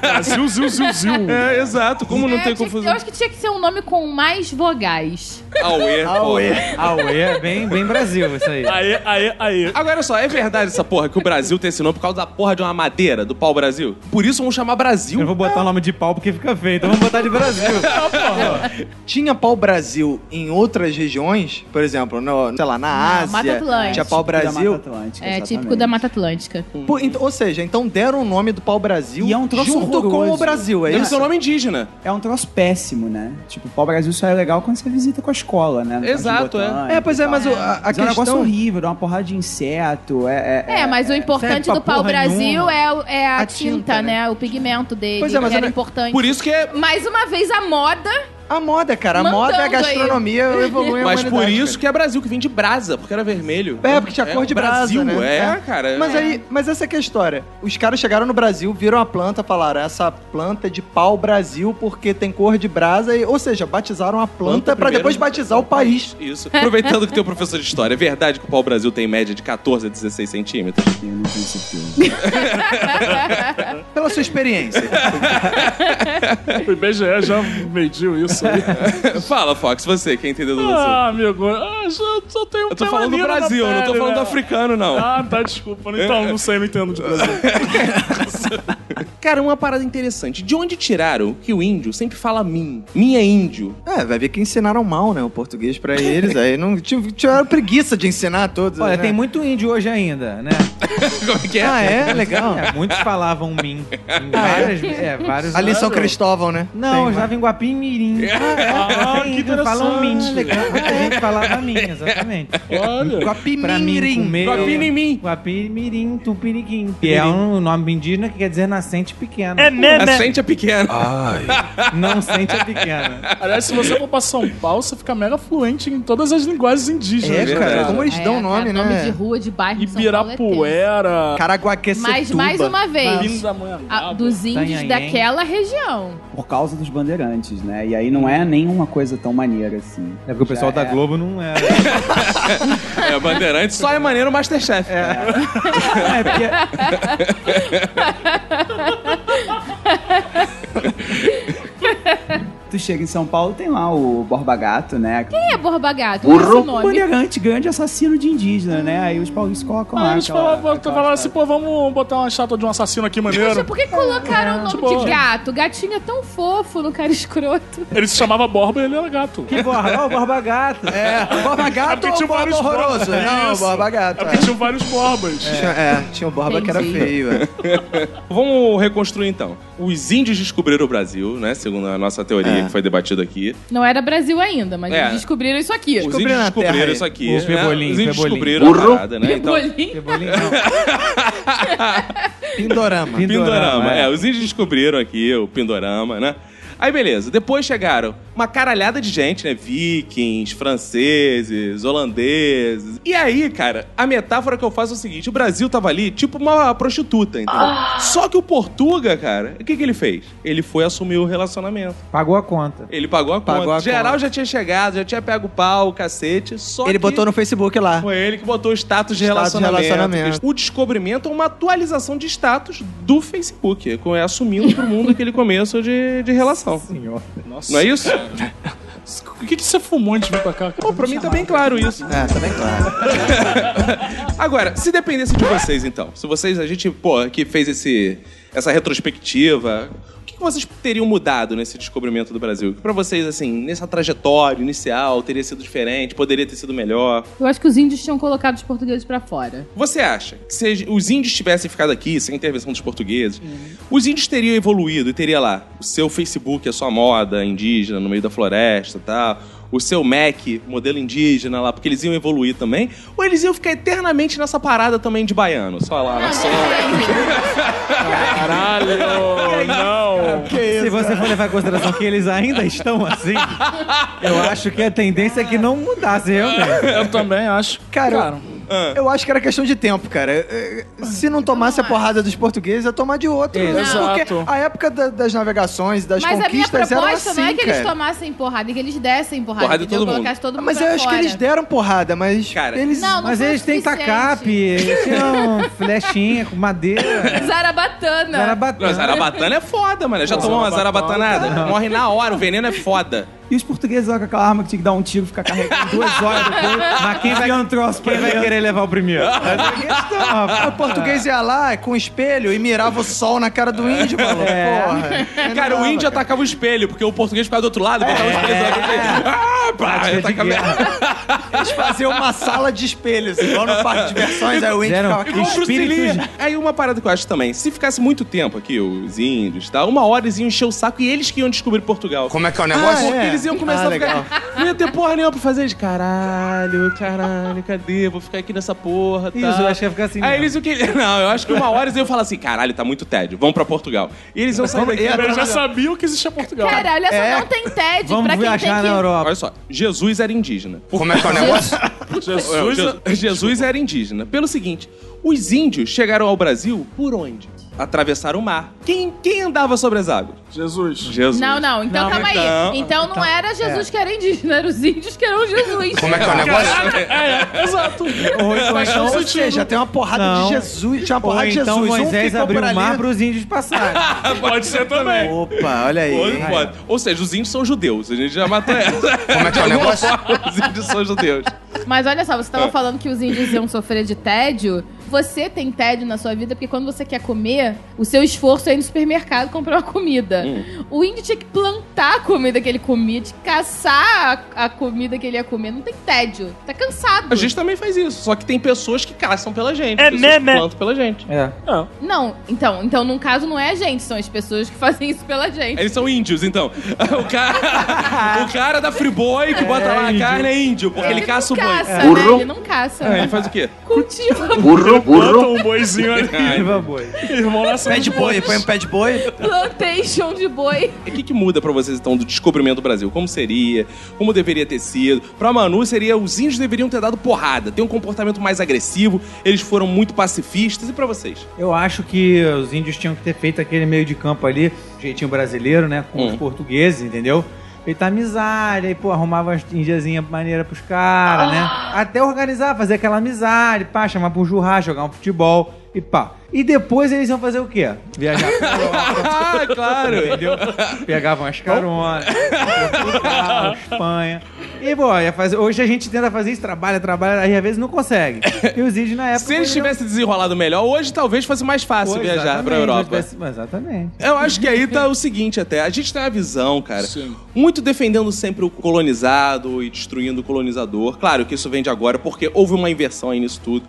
Brasil, ziu, ziu, ziu.
É, exato. Como não
É,
tem
tinha que- Eu
confusão?
acho que tinha que ser um nome com mais vogais.
Aue. Aue.
Aue é bem, bem Brasil, isso aí.
Aê, aê, aê.
Agora olha só, é verdade essa porra que o Brasil tem esse nome por causa da porra de uma madeira, do pau Brasil? Por isso vamos chamar Brasil.
Eu vou botar o nome de pau porque fica feio, então vamos botar de Brasil.
Tinha pau-brasil em outras regiões, por exemplo, no, sei lá, na
Não, Mata
Ásia.
Atlântica.
Tinha
Tipo
pau-brasil.
É típico da Mata Atlântica.
Pô, ent- Ou seja, então deram o nome do pau-brasil
E é um troço
junto com
horroroso.
o Brasil, é
Deve ser
isso?
um nome indígena.
É um troço péssimo, né? Tipo, o pau-brasil só é legal quando você visita com a escola, né? No
Exato, é.
Jardim Botânico
É, pois
e
é,
tal.
mas o- a, a
Mas é um negócio
questão...
horrível, dá uma porrada de inseto, é...
É, mas o importante
pra
do pau
porra
Brasil
nenhuma.
é, o- é a,
A
tinta,
tinta,
né? O pigmento dele,
Pois é, mas
que era
eu-
importante.
Por isso que é.
Mais uma vez, a moda
a moda, cara. A
Mandando
moda, é a
aí.
gastronomia evolui a
Mas por
humanidade,
isso que é Brasil, que vem de brasa, porque era vermelho.
É, porque tinha cor de brasa,
Brasil, é,
né? É.
cara.
Mas
é.
aí, mas essa que é a história. Os caras chegaram no Brasil, viram a planta, falaram: essa planta é de pau Brasil porque tem cor de brasa, e- ou seja, batizaram a planta,
Planta
pra
primeiro,
depois batizar o país.
Isso. Aproveitando que tem um professor de história, é verdade que o pau-brasil tem média de 14 a 16 centímetros?
Eu não tenho certeza.
Pela sua experiência.
O IBGE já mediu isso aí.
Fala, Fox, você, quem entendeu do assunto.
Ah, amigo, ah, já, só tenho
Eu tô falando do Brasil, não tô falando do africano, não.
né? Ah, tá, desculpa. Então, não sei, não entendo de Brasil.
Cara, uma parada interessante. De onde tiraram que o índio sempre fala mim? Minha índio.
É, vai ver que ensinaram mal, né, o português pra eles. Aí não tive- tiveram preguiça de ensinar a todos.
Olha,
né?
tem muito índio hoje ainda, né?
Como é que é?
Ah, é? Legal.
É, muitos falavam mim. Em várias, é, vários.
Ali em São Cristóvão, né?
Não,
Tem,
já vem Guapim e Mirim.
Ah, que interessante.
Falam
um
mim. Muita gente falava mim, exatamente.
Olha.
Pra mim,
Guapimirim.
comer...
Guapina em mim.
Guapim, Mirim, Tupiniquim. Que é um nome indígena que quer dizer nascente pequena.
A sente é pequena.
Não sente é pequena.
Aliás, se você for pra São Paulo, você fica mega fluente em todas as linguagens indígenas.
É,
né,
cara, como eles
É,
dão
cara,
nome,
Nome de
né?
rua, de bairro. em São Paulo é tenso.
Ibirapuera.
Caraguaquecetuba.
Mas mais uma vez, Tá,
Linda
a- dos índios
Itanhaém.
daquela região.
Por causa dos bandeirantes, né? E aí não é nenhuma coisa tão maneira assim.
É porque o pessoal da Globo não é.
É, bandeirante só é maneiro o Masterchef.
É, porque tu chega em São Paulo, tem lá o Borba Gato, né?
Quem é Borba Gato? Qual é esse
O
nome?
bandeirante, grande assassino de indígena, né? Aí os paulistas colocam lá.
Ah, eles
aquela-
falavam
aquela
falavam assim,
história.
pô, vamos botar uma estátua de um assassino aqui
Poxa,
maneiro.
por que colocaram o nome
tipo-
de gato? Gatinho é tão fofo no cara escroto.
Ele se chamava Borba e ele era gato.
Que borra, ó, o Borba Gato.
É, o Borba Gato
É porque
ou
tinha
o Borba
vários
Horroroso?
Borba, é
Não, o
isso.
Borba Gato.
É porque tinham vários Borbas.
Tinha- É, tinha o Borba que era
Entendi.
feio. é.
Vamos reconstruir então. Os índios descobriram o Brasil, né? Segundo a nossa teoria que foi debatida aqui.
Não era Brasil ainda, mas
É.
eles descobriram isso aqui.
Os
Descobriram
índios
na terra
descobriram
aí.
isso aqui.
O
né?
Pebolim,
Os índios
Pebolim.
descobriram a parada, né? Então,
Pebolim.
Cebolinha, não.
Pindorama.
Pindorama.
Pindorama,
É.
é.
os índios descobriram aqui o Pindorama, né? Aí beleza, depois chegaram uma caralhada de gente, né? Vikings, franceses, holandeses. E aí, cara, a metáfora que eu faço é o seguinte: o Brasil tava ali tipo uma prostituta, entendeu? Só que o Portuga, cara, o que, que ele fez? Ele foi assumir o relacionamento.
Pagou a conta.
Ele pagou a conta.
Pagou a
Geral
conta.
já tinha chegado, já tinha pego o pau, o cacete. Só
Ele
que...
botou no Facebook lá.
Foi ele que botou o status de
Status de
relacionamento.
relacionamento.
O descobrimento é uma atualização de status do Facebook, com- é assumindo pro mundo aquele começo de, de relação.
Nossa.
Não é isso?
O que, que você fumou antes de vir pra cá?
Pô, pra mim tá bem claro isso.
É, tá bem claro.
Agora, se dependesse de vocês, então, se vocês, a gente, pô, que fez esse, essa retrospectiva, o que que vocês teriam mudado nesse descobrimento do Brasil? Que pra vocês, assim, nessa trajetória inicial, teria sido diferente, poderia ter sido melhor?
Eu acho que os índios tinham colocado os portugueses pra fora.
Você acha que se os índios tivessem ficado aqui, sem intervenção dos portugueses,
Hum.
os índios teriam evoluído e teria lá o seu Facebook, a sua moda indígena no meio da floresta e tal, o seu Mac, modelo indígena lá, porque eles iam evoluir também, ou eles iam ficar eternamente nessa parada também de baiano, só lá,
Ah.
na sombra.
É,
Caralho, não.
Se você for levar em consideração que eles ainda estão assim, eu acho que a tendência é que não mudasse realmente.
Eu também acho.
Cara, Eu acho que era questão de tempo, cara. Eh, eh, Se não tomasse a porrada dos portugueses, ia tomar de outro.
É,
né?
exato.
Porque a época da- das navegações, das
Mas a minha
conquistas, era
proposta
assim,
não é que eles
cara.
tomassem porrada, é que eles dessem porrada.
Porrada em
entendeu?
todo mundo.
Colocasse todo mundo
Ah, Mas
pra
eu acho que
fora.
eles deram porrada, mas
Cara.
eles...
Não, não
Mas
foi o
eles têm
suficiente.
tacape, eles tinham flechinha com madeira.
Zarabatana.
Zarabatana.
Não, Zarabatana é foda, mano. Já tomou uma
é
zarabatanada? Morre na hora, o veneno é foda.
E os portugueses lá com aquela arma que tinha que dar um tiro, ficar carregando duas horas depois.
Mas quem vai, um troço quem vai querer levar o primeiro?
O português ia lá com o espelho e mirava o sol na cara do índio,
É.
maluco. Porra.
Cara, o índio atacava o espelho, porque o português ficava do outro lado, botava os presos lá. Ah, Pá, pá,
Tática
eu
É. de
taca merda.
guerra.
Eles faziam uma sala de espelhos, igual no parque de diversões, aí o Andy
Fizeram
ficava...
Igual o Bruce
espíritos-
Lee. Aí uma parada que eu acho também, se ficasse muito tempo aqui, os índios, tá? Uma hora eles iam encher o saco e eles que iam descobrir Portugal.
Como é que é o negócio?
Ah, é?
Eles iam começar
Ah,
a ficar.
legal.
Não ia ter porra nenhuma pra fazer. Eles, caralho, caralho, cadê? Vou ficar aqui nessa porra. Tá?
Isso, eu acho que ia ficar assim
Aí
mesmo.
eles o que. Não, eu acho que uma hora eles iam falar assim: caralho, tá muito tédio, vamos pra Portugal. E eles iam sair daqui.
Eles já sabiam que existia Portugal.
Cara, olha só,
É.
não tem TED pra
Vamos
quem tem
viajar
que...
na Europa.
Olha só, Jesus era indígena.
Como é que é o negócio?
Jesus,
Jesus, Jesus era indígena. Pelo seguinte, os índios chegaram ao Brasil por onde? Atravessaram o mar. Quem, quem andava sobre as águas?
Jesus.
Jesus.
Não, não, então
Não,
calma
então-
aí. Então não era Jesus
é.
que era indígena, eram os índios que eram Jesus.
Como é que é o negócio?
É, é, exato.
Ou então-
Faz todo
Ou
sentido.
seja,
um
tem uma porrada
Não.
de Jesus, tinha uma
Ou
porrada de
então
Jesus. um
Moisés
ficou
abriu
por
o
ali.
mar pros índios passarem.
Ah,
Pode ser também.
Opa, olha aí.
Ou, pode. Ou seja, os índios são judeus. A gente já matou essa.
Como é que é o negócio?
os índios são judeus.
Mas olha só, você tava
É.
falando que os índios iam sofrer de tédio. Você tem tédio na sua vida porque quando você quer comer, o seu esforço é ir no supermercado comprar uma comida.
Hum.
O índio tinha que plantar a comida que ele comia, de caçar a, a comida que ele ia comer. Não tem tédio, tá cansado.
A gente também faz isso. Só que tem pessoas que caçam pela gente.
É
pessoas
mesmo,
que
é?
plantam pela gente.
É.
Não, então, então num caso não é a gente, são as pessoas que fazem isso pela gente.
Eles são índios, então. O cara, o cara da Friboi que bota lá a carne é índio, porque ele, caça o boi.
caça,
É.
né? Ele não caça.
Ele faz o quê?
Cultiva,
Planta um boizinho ali.
Viva boi.
Irmão, lá
Pé de boi, põe um pé de boi.
plantation de boi.
E O que, que muda pra vocês, então, do descobrimento do Brasil? Como seria? Como deveria ter sido? Pra Manu, seria os índios deveriam ter dado porrada, ter um comportamento mais agressivo, eles foram muito pacifistas. E pra vocês?
Eu acho que os índios tinham que ter feito aquele meio de campo ali, jeitinho brasileiro, né? Com os
Hum.
portugueses, entendeu? Feita amizade, aí, pô, arrumava as indiazinhas maneira pros caras, né?
Ah!
Até organizar, fazer aquela amizade, pá, chamar pra um churrasco, jogar um futebol e pá. E depois eles iam fazer o quê? Viajar pra Europa,
Ah, claro!
entendeu? Pegavam as caronas, Portugal, Espanha. E, pô, ia fazer... hoje a gente tenta fazer isso, trabalha, trabalha, aí às vezes não consegue. E os índios na época.
Se eles
poderiam-
tivessem desenrolado melhor, hoje talvez fosse mais fácil
Pô,
viajar pra
exatamente,
Europa.
mas- mas- Exatamente.
Eu acho que aí tá o seguinte até, a gente tem uma visão, cara,
Sim.
muito defendendo sempre o colonizado e destruindo o colonizador. Claro que isso vem de agora porque houve uma inversão aí nisso tudo.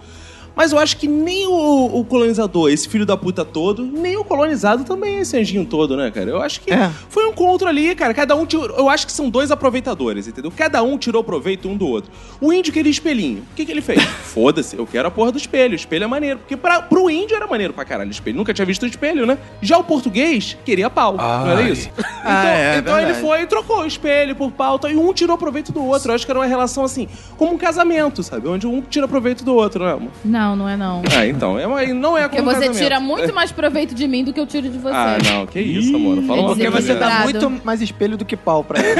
Mas eu acho que nem o, o colonizador, esse filho da puta todo, nem o colonizado também, esse anjinho todo, né, cara? Eu acho que
É.
foi um encontro ali, cara. Cada um tirou. Eu acho que são dois aproveitadores, entendeu? Cada um tirou proveito um do outro. O índio queria espelhinho. O que, que ele fez? Foda-se, eu quero a porra do espelho. O espelho é maneiro. Porque pra, pro índio era maneiro pra caralho o espelho. Nunca tinha visto um espelho, né? Já o português queria pau. Não era isso? Então,
é, é
então ele
verdade.
foi e trocou o espelho por pau. tal, E um tirou proveito do outro. Eu acho que era uma relação assim, como um casamento, sabe? Onde um tira proveito do outro, né, amor?
Não, não é não.
Ah, então. É uma- não é
Porque
como um
você
casamento.
tira muito mais proveito de mim do que eu tiro de você.
Ah, não. Que isso, amor. Fala uma
Quer
Porque
dizer,
coisa
você
tá
dá
Equilibrado.
muito mais espelho do que pau pra ele.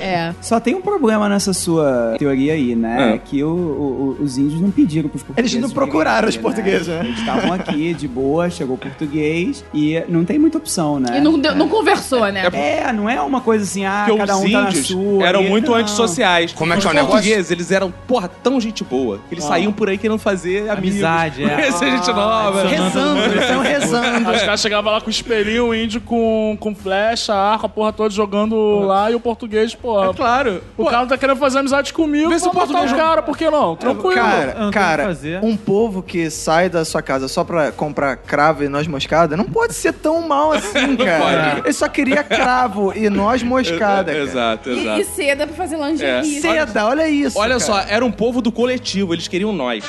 É.
Só tem um problema nessa sua teoria aí, né?
É.
É que o- o- o- os índios não pediram pros portugueses.
Eles não procuraram os
virem
portugueses,
né?
né?
Eles estavam aqui de boa, chegou o português e não tem muita opção, né?
E não, deu- não conversou, né?
É, não é uma coisa assim, ah,
Porque
cada
os
um tá na
índios
sua.
eram
e-
muito
não.
antissociais.
Como é que
os
é o negócio?
portugueses, eles eram, porra, tão gente boa. que Eles
Ah.
saíam por aí querendo fazer amigos.
Amizade, é.
Conhecer gente nova.
rezando, eles estão rezando.
Os caras chegavam lá com espelhinho, o índio com, com flecha, arco, a porra toda jogando lá e o português, porra.
É claro.
O
Pô,
cara tá querendo fazer amizade comigo,
Vê se
vou
o
botar
português- É,
o cara, por que não? Tranquilo.
não tem
Cara,
o que
cara,
fazer.
um povo que sai da sua casa só pra comprar cravo e noz moscada não pode ser tão mal assim, cara.
pode.
Ele só queria cravo e noz moscada. cara.
é, Exato,
E, e
exato.
seda pra fazer lingerie.
Seda, olha isso.
Olha
cara.
só, era um povo do coletivo, eles queriam nós.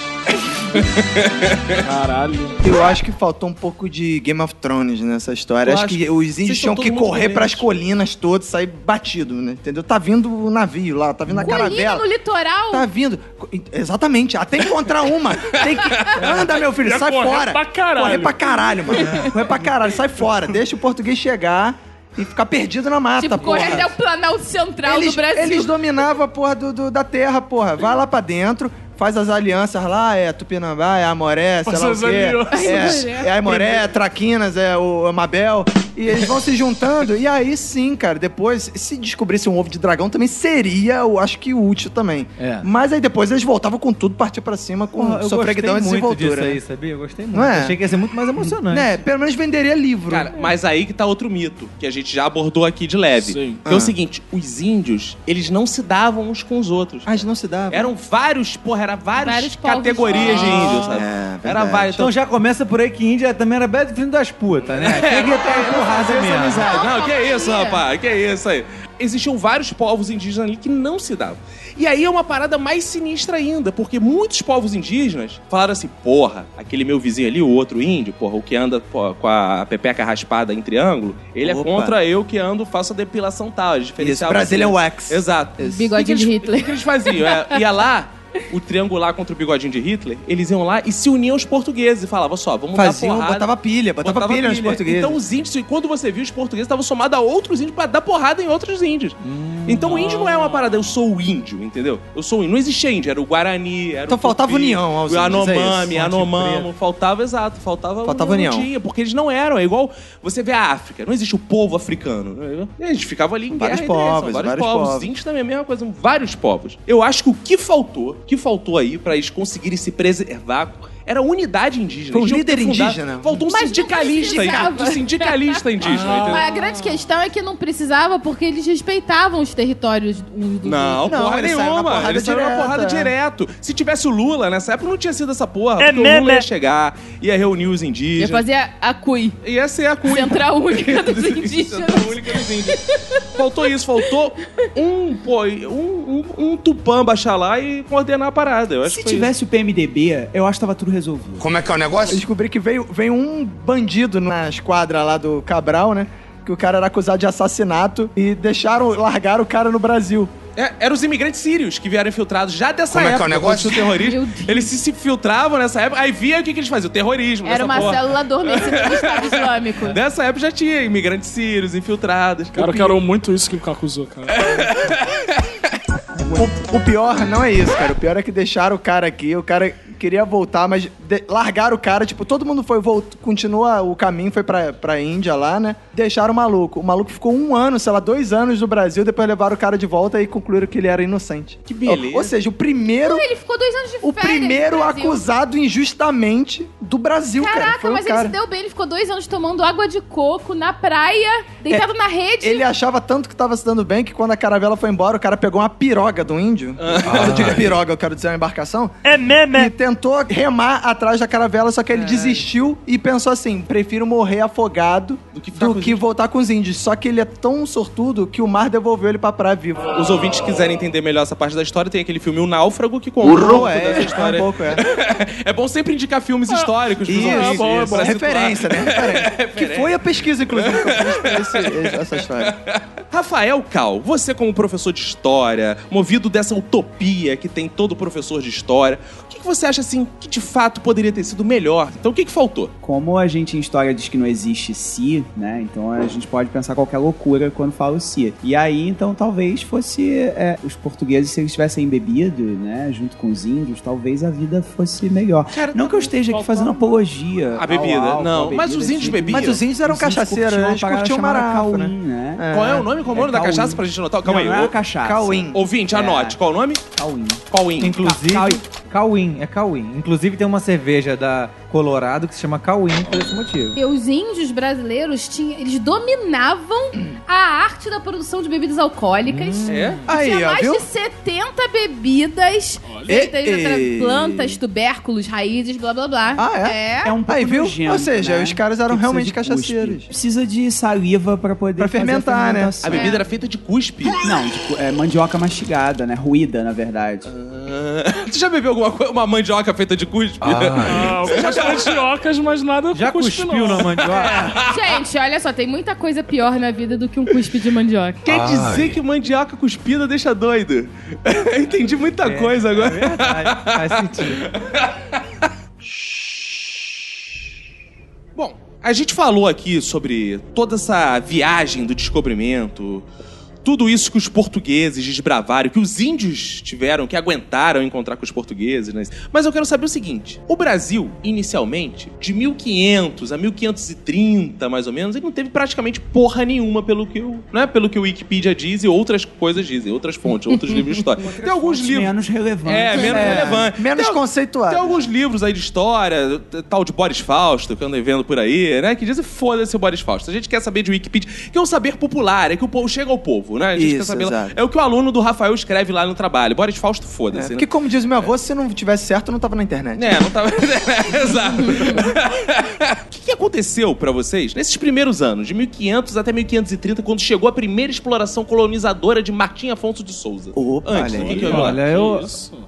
Caralho.
Eu acho que faltou um pouco de Game of Thrones nessa história.
Eu
Acho,
acho.
que os
Vocês
índios
estão
tinham que
todo mundo
correr
doente.
pras colinas todas, sair batido, né? Entendeu? Tá vindo o navio lá, tá vindo a
Colina
caravela.
no litoral.
Tá vindo. Co- Exatamente. Até encontrar uma. Tem que. Anda, meu filho,
É. Ia
sai
correr
fora.
pra caralho. É.
Correr pra caralho, mano. Correr pra caralho, sai fora. Deixa o português chegar e ficar perdido na mata,
tipo,
porra.
correr até o Planalto Central
eles,
do Brasil.
eles dominavam a porra do, do- da terra, porra. Vai lá pra dentro, faz as alianças lá, é Tupinambá, é Amoré, sei
Faz
lá o
as
quê.
alianças.
É, é Amoré, é Traquinas, é o Amabel. E eles vão se juntando. E aí sim, cara, depois, se descobrisse um ovo de dragão, também seria, eu acho que útil também.
É.
Mas aí depois eles voltavam com tudo, partir pra cima com
Porra, eu
sofreguidão e
gostei muito
desenvoltura.
disso aí, sabia? Eu gostei muito.
Não é?
Achei que ia ser muito mais emocionante.
Né? Pelo menos venderia livro.
Cara, mas aí que tá outro mito, que a gente já abordou aqui de leve.
Sim.
Que é
Ah.
o seguinte, os índios, eles não se davam uns com os outros.
Ah, eles não se davam.
Eram vários, porra, era várias
Vários povos.
categorias de
Ah,
índio, sabe?
É,
um era
verdade.
vários.
Então já começa por aí que Índia também era bad filho das putas,
É,
né? Tem que ter porrada mesmo.
é.
Não, que isso,
Não,
rapaz, que isso aí. Existiam vários povos indígenas ali que não se davam. E aí é uma parada mais sinistra ainda, porque muitos povos indígenas falaram assim, porra, aquele meu vizinho ali, o outro índio, porra, o que anda pô, com a pepeca raspada em triângulo, ele
Opa.
é contra eu que ando, faço a depilação tal, eles
Isso, é um
diferenciavam assim.
Brazilian Wax.
Exato.
Isso.
O que que
Bigode
eles-
de
O que, que
Hitler.
eles faziam? É, ia lá, o triangular contra o bigodinho de Hitler, eles iam lá e se uniam aos portugueses e falavam só, vamos dar
Faziam,
porrada.
botava pilha, botava, pilha, nos portugueses.
Então os índios, e quando você viu, os portugueses estavam somados a outros índios pra dar porrada em outros índios.
Hum,
então o índio não é uma parada, eu sou o índio, entendeu? Eu sou o índio. Não existia índio, era o Guarani, era
Então
o
faltava
Tupi,
união aos
O
índios, é isso.
Anomami,
Monte
Anomamo, faltava, exato, faltava,
Faltava união.
não tinha, porque eles não eram, é igual você vê a África, não existe o povo africano. Eles ficavam ali em
Vários
guerra, entre eles, são
povos, vários povos.
Os índios também é a mesma coisa, vários povos. Eu acho que o que faltou, o que faltou aí pra eles conseguirem se preservar era a unidade indígena.
Foi um
Eles tinham que ter
líder
fundado-
indígena.
Faltou um
Mas não
sindicalista,
precisava.
indígena, um sindicalista indígena,
Ah.
Mas
entendeu?
a grande questão é que não precisava porque eles respeitavam os territórios uns dos
Não,
Não,
porra
ele saiu na
nenhuma.
porrada
Ele saiu na
direta.
porrada direto. Se tivesse o Lula nessa época, não tinha sido essa porra.
É
porque o Lula
né?
meme.
ia chegar, ia reunir os
Ia
indígenas.
fazer a, a CUI.
Ia ser a cunha.
Central Única dos Indígenas.
Central Única dos Indígenas. Faltou isso, faltou um, pô, um, um, um tupã baixar lá e coordenar a parada. Eu acho
Se
que foi
tivesse o PMDB, eu acho que tava tudo resolvido.
Como é que é o
Eu
negócio?
descobri que veio, veio um bandido na esquadra lá do Cabral, né? Que o cara era acusado de assassinato e deixaram, largaram o cara no Brasil.
isso. É, eram os imigrantes sírios que vieram infiltrados já dessa
Como é que é
época.
o negócio?
do terrorismo.
Meu Deus.
Eles se, se infiltravam nessa época, aí via o que, que eles faziam, o terrorismo.
Era
nessa
uma
porra.
célula adormecida do Estado Islâmico.
Nessa época já tinha imigrantes sírios, infiltrados.
Cara, eu É, quero muito isso que o Caco usou, cara.
O, o pior não é isso, cara. O pior é que deixaram o cara aqui, o cara queria voltar, mas de- largaram o cara, tipo, todo mundo foi, volt, continua o caminho, foi pra, pra Índia lá, né? Deixaram o maluco. O maluco ficou um ano, sei lá, dois anos no Brasil, depois levaram o cara de volta e concluíram que ele era inocente.
Que beleza.
Ou, ou seja, o primeiro.
Ele ficou dois anos de
O
férias no
primeiro
Brasil.
acusado injustamente do Brasil, cara.
Caraca,
Foi o
mas ele
cara.
se deu bem, ele ficou dois anos tomando água de coco na praia,
É,
deitado na rede.
Ele achava tanto que tava se dando bem que quando a caravela foi embora, o cara pegou uma piroga do índio.
Ah.
Quando eu digo piroga, eu quero dizer uma embarcação. É meme. E tentou remar atrás da caravela, só que
É.
ele desistiu e pensou assim: prefiro morrer afogado do que,
ficar com os índios."
voltar com os índios. Só que ele é tão sortudo que o mar devolveu ele pra praia vivo.
Os ouvintes quiserem entender melhor essa parte da história, tem aquele filme O Náufrago que conta um pouco dessa
um
história.
pouco, é.
é bom sempre indicar filmes históricos pros
Isso,
ouvintes,
isso,
pra
isso.
situar.
referência, né?
É
Referência. que foi a pesquisa, inclusive, que eu fiz pra esse- essa história.
Rafael Cal, você como professor de história, movido dessa utopia que tem todo professor de história, o que, que você acha assim que de fato poderia ter sido melhor? Então o que, que faltou?
Como a gente em história diz que não existe se, né? Então a gente pode pensar qualquer loucura quando fala o se. E aí, então, talvez fosse é, os portugueses, se eles tivessem bebido, né? Junto com os índios, talvez a vida fosse melhor.
Cara,
não que eu esteja aqui fazendo apologia.
Ah, A bebida,
ao álcool,
não.
à
Mas
bebida,
os índios
assim.
bebiam.
Mas os índios eram
Os índios
cacaceiros,
curtiam
né?
uma
Eles
parada
curtiam
chamada
marafa, né?
Cauim, né?
Qual é o nome? Qual o nome da
Cauim.
cachaça pra gente anotar? Calma
não,
aí.
Não é a
Ô,
cachaça.
Cauim.
Ouvinte, anote. Qual o nome?
Cauim.
Cauim.
Inclusive,
Ca- Cauim.
Cauim, é Cauim. Inclusive tem uma cerveja da Colorado que se chama Cauim por esse motivo.
E os índios brasileiros tinham, eles dominavam a arte da produção de bebidas alcoólicas.
É?
Hum. Aí,
Tinha
ó,
mais
viu?
de 70 bebidas feitas
E-
entre
e-
plantas, tubérculos, raízes, blá blá blá.
Ah, é?
É.
É um pouco
Aí, viu?
nojento,
Ou seja,
né?
os caras eram
Que
realmente
precisa de
cachaceiros.
cuspe. Precisa de saliva pra poder
Pra
fazer a
fermentar, né?
fermentação.
A bebida era feita de cuspe.
Não, tipo, é mandioca mastigada, né? Ruída, na verdade.
Ah, tu já bebeu alguma coisa? Uma mandioca feita de cuspe?
Ah, algumas mandiocas, mas nada
Já
com cuspe,
cuspiu
não.
na mandioca?
Gente, olha só, tem muita coisa pior na vida do que um cuspe de mandioca.
Quer dizer que mandioca cuspida deixa doido. Entendi muita coisa agora.
Verdade, faz sentido.
Bom, a gente falou aqui sobre toda essa viagem do descobrimento, Tudo isso que os portugueses desbravaram, que os índios tiveram, que aguentaram encontrar com os portugueses. Né? Mas eu quero saber o seguinte: o Brasil, inicialmente, de 1500 a 1530, mais ou menos, ele não teve praticamente porra nenhuma pelo que o, né? pelo que o Wikipedia diz e outras coisas dizem, outras fontes, outros livros de história. Tem alguns livros.
Menos relevante.
É, menos relevante.
né? Menos
Tem al-
conceituado.
Tem alguns livros aí de história, t- tal de Boris Fausto, que eu andei vendo por aí, né? Que dizem, foda-se o Boris Fausto. A gente quer saber de Wikipedia, que é um saber popular, é que o povo chega ao povo, né? A gente quer
Isso,
saber lá-
exato.
É o que o aluno do Rafael escreve lá no trabalho. Boris Fausto,
É,
foda-se. né?
porque, como diz meu avô, se não tivesse certo, não tava na internet.
É, não tava. Exato. o que, que aconteceu pra vocês nesses primeiros anos, de 1500 até 1530, quando chegou a primeira exploração colonizadora de Martim Afonso de Souza?
Opa,
Antes,
olha
o que,
aí.
que rolou?
Olha, eu,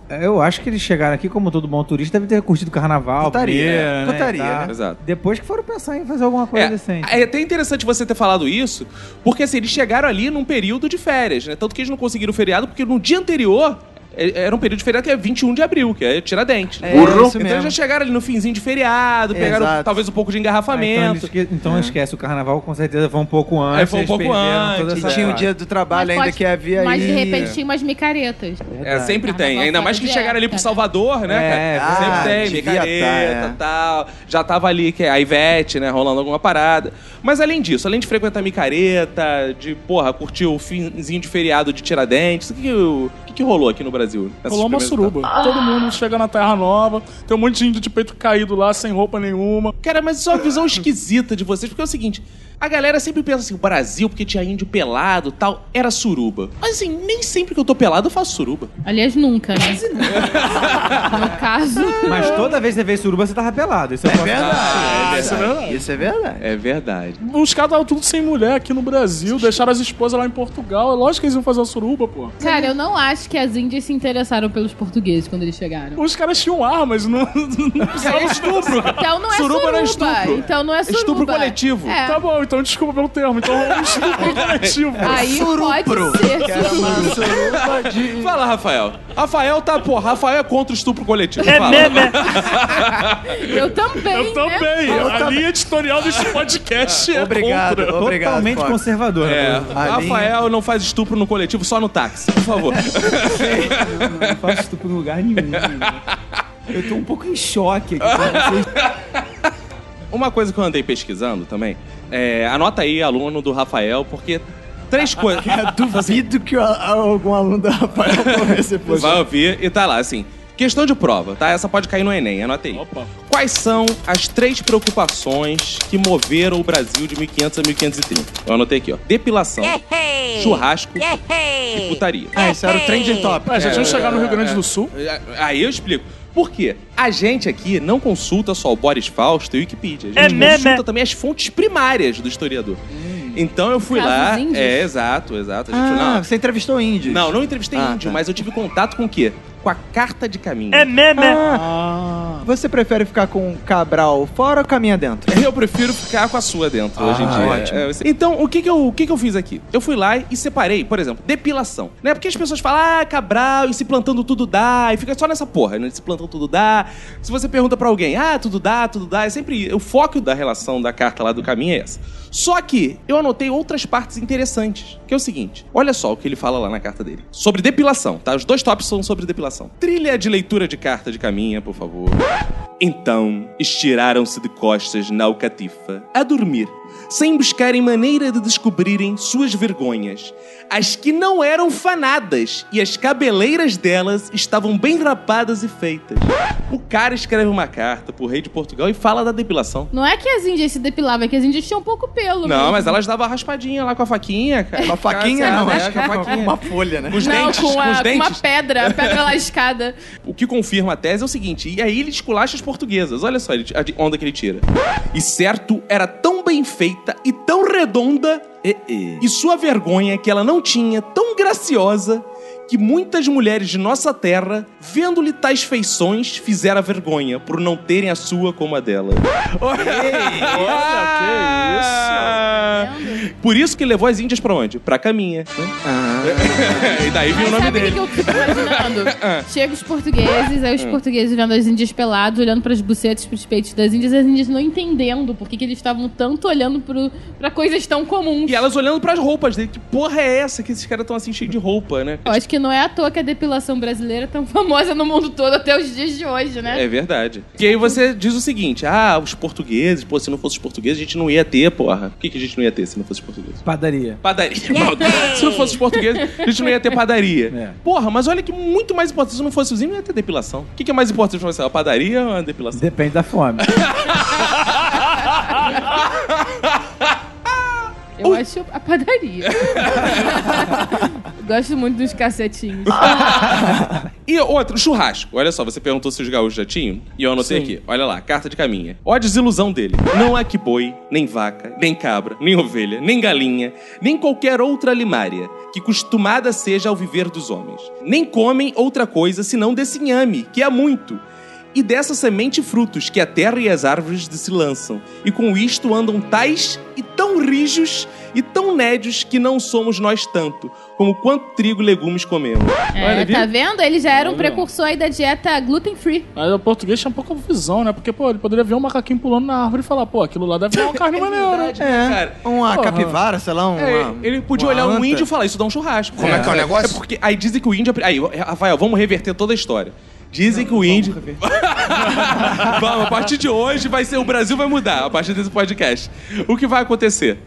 eu acho que eles chegaram aqui, como todo bom turista, deve ter curtido o carnaval.
Putaria,
primeiro, né,
putaria,
e tal.
né?
Exato.
Depois que foram pensar em fazer alguma coisa decente.
É até interessante você ter falado isso, porque assim, eles chegaram ali num período de férias, né? Tanto que eles não conseguiram feriado, porque no dia anterior. é- Era um período de feriado que é 21 de abril, que é Tiradentes. Né?
É, Burro. isso
Então
mesmo.
eles já chegaram ali no finzinho de feriado, pegaram
Exato. É,
talvez um pouco de
Ah, então eles
engarrafamento.
esque-
É.
então esquece, o carnaval com certeza foi um pouco antes.
É, foi um
eles
pouco
perderam
antes, é.
toda
E
essa
tinha o
parte.
dia do trabalho
Mas
ainda
pode-
que havia
Mas de
aí.
repente tinha umas micaretas.
É, sempre tem.
Carnaval
Ainda
fora
mais que
de
chegaram ali pro
época.
Salvador, né,
É,
cara?
verdade.
sempre tem,
Devia tá,
micareta
é.
e tal. Já tava ali, que é a Ivete, né, rolando alguma parada. Mas além disso, além de frequentar micareta, de, porra, curtir o finzinho de feriado de Tiradentes, o que, que, o que, que rolou aqui no Brasil? nessas
Rolou uma
primeiras
suruba.
etapas?
Todo mundo chega na Terra Nova, tem um monte de índio de peito caído lá, sem roupa nenhuma.
Cara, mas isso é uma visão esquisita de vocês, porque é o seguinte... A galera sempre pensa assim, o Brasil, porque tinha índio pelado e tal, era suruba. Mas assim, nem sempre que eu tô pelado eu faço suruba.
Aliás, nunca, né? no caso.
Mas toda vez que você veio suruba, você tava pelado. Isso eu posso-
Ah,
Verdade.
isso é verdade.
Isso é verdade.
É verdade.
Os caras estavam tudo sem mulher aqui no Brasil, deixaram as esposas lá em Portugal. É lógico que eles iam fazer a suruba, pô.
Cara, eu não acho que as índias se interessaram pelos portugueses quando eles chegaram.
Os caras tinham armas, não, não
um
precisavam estupro.
Então não é
Suruba
suruba.
era estupro.
Então não é suruba.
Estupro coletivo.
É.
Tá bom, então desculpa pelo termo. Então é um estupro coletivo.
Aí
é
pode ser suruba.
Fala, Rafael. Rafael tá, pô, Rafael é contra o estupro coletivo.
É
Fala.
mesmo, é?
Eu também,
Eu
Né?
também. A linha editorial desse podcast é
Obrigado,
contra.
obrigado.
Totalmente
Fox.
conservador.
É,
né?
Ah,
Rafael não faz estupro no coletivo, só no táxi, por favor.
Não, não, não faço estupro em lugar nenhum. né? Eu tô um pouco em choque aqui. com vocês.
Uma coisa que eu andei pesquisando também, é, anota aí, aluno do Rafael, porque três coisas.
Duvido que a- a- algum aluno da Rafael ouve esse post.
Vai ouvir e tá lá, assim. Questão de prova, tá? Essa pode cair no Enem, anota aí.
Opa.
Quais são as três preocupações que moveram o Brasil de 1500 a 1530? Eu anotei aqui, ó. Depilação, churrasco e putaria.
Ah, isso era o trending top.
Ah, já tinham chegado no Rio Grande do Sul.
É, Aí eu explico. Por quê? A gente aqui não consulta só o Boris Fausto e o Wikipedia. A
É
gente
mesmo,
consulta
é?
também as fontes primárias do historiador.
Hum.
Então eu fui
Casos
lá.
índios?
É, exato, exato. A gente
Ah, você entrevistou índios.
não, não, não entrevistei
Ah,
índio,
tá.
mas eu tive contato com o quê? Com a carta de caminho.
É mesmo, é?
Você prefere ficar com o Cabral fora ou caminha dentro? Ah,
Eu prefiro ficar com a sua dentro hoje em dia.
ótimo.
É, eu sei. então, o que que, eu, o que que eu fiz aqui? Eu fui lá e separei, por exemplo, depilação. Né? Porque as pessoas falam, ah, Cabral, e se plantando tudo dá, e fica só nessa porra, né? Se plantando tudo dá. Se você pergunta pra alguém, ah, tudo dá, tudo dá, é sempre. O foco da relação da carta lá do caminho é essa. Só que eu anotei outras partes interessantes, que é o seguinte: olha só o que ele fala lá na carta dele. Sobre depilação, tá? Os dois tops são sobre depilação. Trilha de leitura de carta de caminha, por favor. Então, estiraram-se de costas na alcatifa, a dormir, sem buscarem maneira de descobrirem suas vergonhas, as que não eram fanadas e as cabeleiras delas estavam bem rapadas e feitas. O cara escreve uma carta pro rei de Portugal e fala da depilação.
Não é que as índias se depilavam, é que as índias tinham pouco pelo.
Não,
mesmo.
mas elas davam raspadinha lá com a faquinha, cara.
Com a faquinha,
Cara,
não,
é,
acho
com a faquinha.
uma folha, né?
Com os
Não,
dentes,
com, a-
os
com
dentes.
uma pedra, a pedra lascada.
O que confirma a tese é o seguinte: e aí ele esculacha as portuguesas. Olha só ele- a de- onda que ele tira. E certo, era tão bem feita e tão redonda, e sua vergonha que ela não tinha, tão graciosa, que muitas mulheres de nossa terra, vendo-lhe tais feições, fizeram vergonha por não terem a sua como a dela. Olha,
olha, que isso.
que isso! Por isso que levou as índias pra onde? Pra caminha. né? Ah. e daí vinha o
Aí
nome
sabe o
dele.
que que eu fico imaginando? Chega os portugueses, aí os portugueses vendo as índias pelados, olhando pras bucetas, pros peitos das índias, e as índias não entendendo por que, que eles estavam tanto olhando pro, pra coisas tão comuns.
E elas olhando pras roupas dele. Que porra é essa que esses caras estão assim cheios de roupa, né?
Eu acho que não é à toa que a depilação brasileira é tão famosa no mundo todo até os dias de hoje, né?
É verdade. E aí você diz o seguinte: ah, os portugueses, pô, se não fosse os portugueses, a gente não ia ter, porra. O que, que a gente não ia ter se não fosse os portugueses?
Padaria.
Padaria. Maldade. se não fosse os portugueses, a gente não ia ter padaria.
É.
Porra, mas olha que muito mais importante. Se não fosse os índios, ia ter depilação. O que, que é mais importante pra você? A padaria ou a depilação?
Depende da fome.
Eu acho a padaria. Gosto muito dos cacetinhos.
Ah,
E outro, churrasco. Olha só, você perguntou se os gaúchos já tinham, e eu anotei aqui. Olha lá, carta de caminha. Ó a desilusão dele. Não há que boi, nem vaca, nem cabra, nem ovelha, nem galinha, nem qualquer outra limária que costumada seja ao viver dos homens. Nem comem outra coisa senão desse inhame, que há muito. E dessa semente e frutos que a terra e as árvores se lançam. E com isto andam tais e tão rijos e tão nédios que não somos nós tanto, como quanto trigo e legumes comemos.
É,
viu?
tá vendo? Ele já era um
Olha.
precursor aí da dieta gluten free.
Mas o português tinha um pouco visão, né? Porque, pô, ele poderia ver um macaquinho pulando na árvore e falar, pô, aquilo lá deve ter uma carne maneira.
É, cara.
um, Uma
Porra.
capivara, sei lá, um uma...
É, ele podia
uma
olhar um
anta.
índio e falar, isso dá um churrasco.
Como é que é o negócio?
É porque aí dizem que o índio... Aí, Rafael, vamos reverter toda a história. Dizem que o índio... Vamos, a partir de hoje vai ser... O Brasil vai mudar, a partir desse podcast. O que vai acontecer?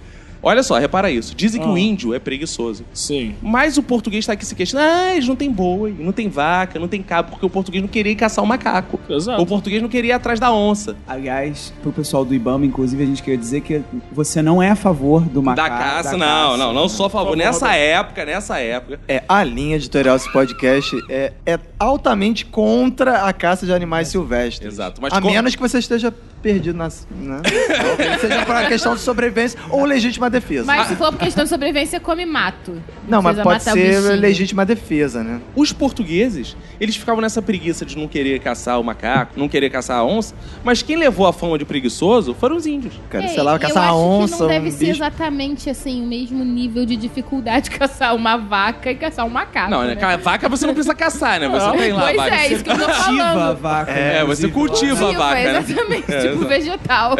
Olha só, repara isso. Dizem que o índio é preguiçoso.
Sim.
Mas o português tá aqui se questionando. Ah, eles não tem boi, não tem vaca, não tem cabo, porque o português não queria ir caçar o macaco.
Exato.
O português não queria ir atrás da onça.
Aliás, pro pessoal do Ibama, inclusive, a gente queria dizer que você não é a favor do macaco.
da caça, não, não, não só a favor.
Por favor,
Nessa
Roberto.
época, nessa época.
É, a linha editorial desse podcast é, é altamente contra a caça de animais silvestres.
Exato, É. mas
a
con-
menos que você esteja perdido na... Né? Talvez seja pra questão de sobrevivência ou legítima defesa.
Mas se for por questão de sobrevivência, come mato.
Não, mas
Precisa
pode
matar o
ser
bichinho.
legítima defesa, né?
Os portugueses, eles ficavam nessa preguiça de não querer caçar o macaco, não querer caçar a onça, mas quem levou a fama de preguiçoso foram os índios.
Cara,
É,
sei lá,
eu
caçar uma
acho
onça,
que não deve
um
ser
bicho.
exatamente assim o mesmo nível de dificuldade caçar uma vaca e caçar um macaco.
Não, né? A vaca você não precisa caçar, né? Você tem lá a
Pois
vaca.
é,
você
isso que eu tô
Cultiva a
falando.
vaca.
É, você cultiva a
Cultiva,
vaca, né?
Exatamente,
É,
tipo
exato.
vegetal.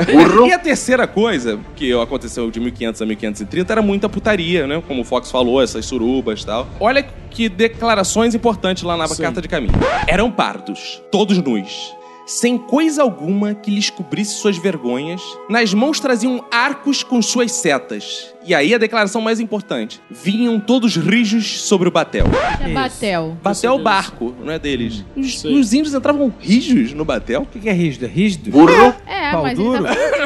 E a terceira coisa, que aconteceu de 1500 a 1530, era muita putaria, né? Como o Fox falou, essas surubas e tal. Olha que declarações importantes lá na carta de caminho. Eram pardos, todos nus. Sem coisa alguma que lhes cobrisse suas vergonhas, nas mãos traziam arcos com suas setas. E aí a declaração mais importante: vinham todos rijos sobre o batel.
É Batel.
Batel é o barco, não é deles. Os, os índios entravam rijos no batel?
O que que é rígido? É rígido?
É,
Pau
mas
duro?
eles eram...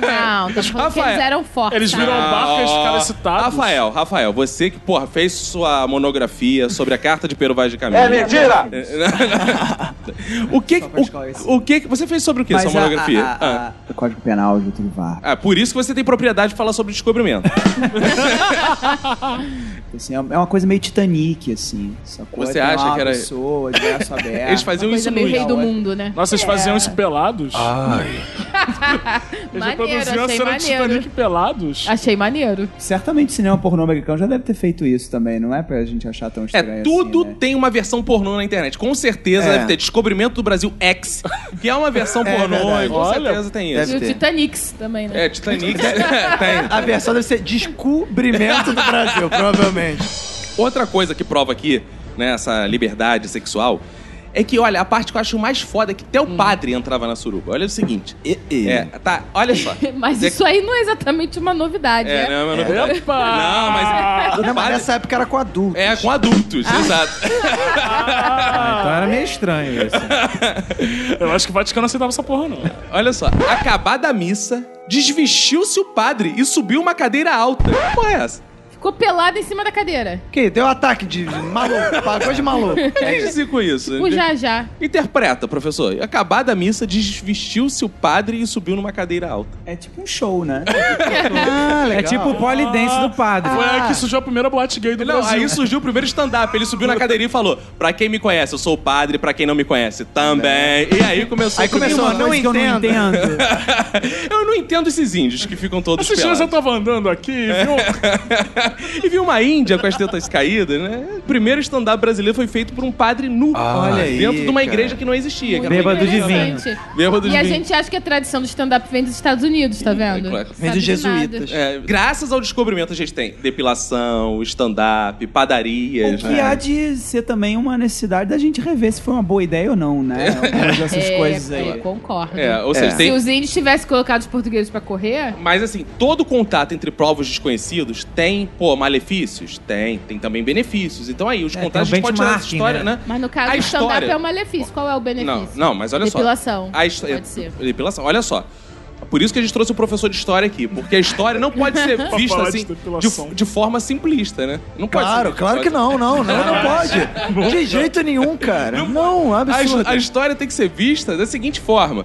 Não, tá falando que eles
Rafael,
eram fortes.
Eles viram
Ah,
barcas,
ó.
caras citados.
Rafael, Rafael, você que, porra, fez sua monografia sobre a carta de Pero Vaz de Caminho. É mentira! o que
Só pra esclarecer.
o, o que você fez sobre o que sua
Mas a-
monografia?
a- a-
Ah.
O Código Penal, Getúlio Vargas.
Ah, por isso que você tem propriedade de falar sobre descobrimento.
Assim, é uma coisa meio Titanic, assim. Sacou?
Você
Tem
acha
uma
que era- É,
pessoa, de braço aberto.
Eles faziam
Coisa
isso
meio
no
é
rei do mundo, né?
Nossa, eles faziam isso pelados?
Ai,
eles
Maneiro,
reproduziam a
achei
cena de Titanic
maneiro.
pelados?
Achei maneiro.
Certamente o cinema pornô americano já deve ter feito isso também, não é pra gente achar tão
É,
estranho assim,
tudo
né?
tem uma versão pornô na internet. Com certeza
É.
deve ter Descobrimento do Brasil X, que é uma versão pornô,
verdade.
e com
Olha,
certeza tem
deve
isso.
E o
ter.
Titanics também, né?
É, Titanic. tem.
A versão deve ser descobrimento do Brasil, provavelmente.
Outra coisa que prova aqui, né, essa liberdade sexual, é que, olha, a parte que eu acho mais foda é que até o padre entrava na suruba. Olha o seguinte. É, tá, olha só.
Mas
É-
isso aí não é exatamente uma novidade,
É,
né?
não, mas não-
Epa!
Não, mas.
Não,
O
mas
padre
nessa época era com adulto.
é com adultos, exato.
Ah, então era meio estranho isso.
Eu acho que o Vaticano não aceitava essa porra, não.
Olha só. Acabada a missa, desvestiu-se o padre e subiu uma cadeira alta. Que porra é essa?
Ficou pelado em cima da cadeira.
Que? Deu um ataque de maluco, pagou de
Tá
maluco.
Quem disse com isso?
O Tipo, já já.
Interpreta, professor. Acabada a missa, desvestiu-se o padre e subiu numa cadeira alta.
É tipo um show, né?
Ah,
É tipo o polidense do padre.
Foi aí que surgiu a primeira boate gay do
Ah. Não,
Brasil.
aí surgiu o primeiro stand-up. Ele subiu na cadeirinha e falou: Pra quem me conhece, eu sou o padre, pra quem não me conhece, também. E aí começou
Aí
tudo.
começou,
Uma
não
coisa que eu não
entendo.
entendo.
Eu não entendo esses índios que ficam todos
Esses dias eu
pelados.
tava andando aqui e
É.
vi um...
e vi uma índia com as tetas caídas, né? O primeiro stand-up brasileiro foi feito por um padre nu.
olha aí,
Dentro de uma
cara.
igreja que não existia. que era uma
Bêbado de
igreja, né?
vinho.
Gente,
Bêbado de
E a
vinho. é
gente acha que a tradição do stand-up vem dos Estados Unidos, tá vendo?
claro.
Vem
Sabe
dos
de nada.
jesuítas.
É, graças ao descobrimento a gente tem depilação, stand-up, padarias.
O que
né?
há de ser também uma necessidade da gente rever se foi uma boa ideia ou não, né? Algumas dessas
É,
coisas aí.
Eu concordo.
É, ou seja,
Se
tem.
os índios tivessem colocado os portugueses pra correr,
Mas assim, todo contato entre povos desconhecidos tem, pô, malefícios? Tem, tem também benefícios. Então aí, os
É,
contatos a
tem
gente
o
pode tirar essa
benchmarking,
história,
né?
né?
mas no caso
A
do stand-up
história-
é um malefício. Qual é o
Não,
benefício?
não, mas olha só.
Depilação.
A histó-
Pode ser.
Depilação. Olha só. Por isso que a gente trouxe o professor de história aqui, porque a história não pode ser vista
falar de
assim
depilação.
de, de forma simplista, né? Não pode
Claro,
ser
claro que não, não, não, não pode. De jeito nenhum, cara. Não,
A, his-
absurdo.
a história tem que ser vista da seguinte forma.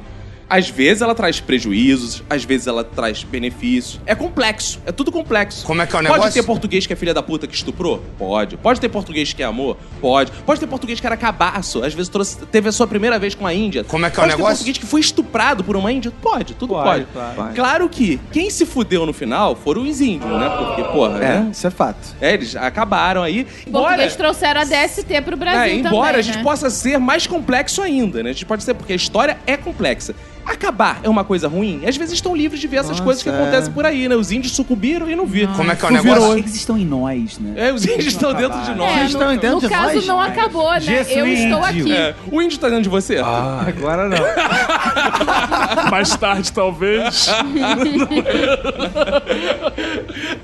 Às vezes ela traz prejuízos, às vezes ela traz benefícios. É complexo, é tudo complexo.
Como é que é o
Pode
negócio?
ter português que é filha da puta que estuprou? Pode. Pode ter português que é amor? Pode. Pode ter português que era cabaço, às vezes trouxe- teve a sua primeira vez com a Índia?
Como é que é o
pode
negócio?
Ter português que foi estuprado por uma Índia? Pode, tudo pode.
Pode,
Claro. que quem se fudeu no final foram os índios, né? Porque, porra,
É,
né?
isso é fato.
É, eles acabaram aí.
Os
Bora-
portugueses trouxeram a DST pro Brasil
é, embora
também,
a gente
né?
possa ser mais complexo ainda, né? A gente pode ser, porque a história é complexa. Acabar é uma coisa ruim? Às vezes estão livres de ver essas
Nossa,
coisas que
é.
acontecem por aí, né? Os índios sucumbiram e não viram.
Como é que é o
Os
negócio?
eggs assim. estão em nós, né?
É, os índios estão dentro de
É,
nós.
Vocês estão
no,
entendendo
no
de
caso
nós?
não acabou, né?
Gesso
eu
índio.
estou aqui.
É, o índio tá dentro de você?
Ah. Agora não.
Mais tarde, talvez.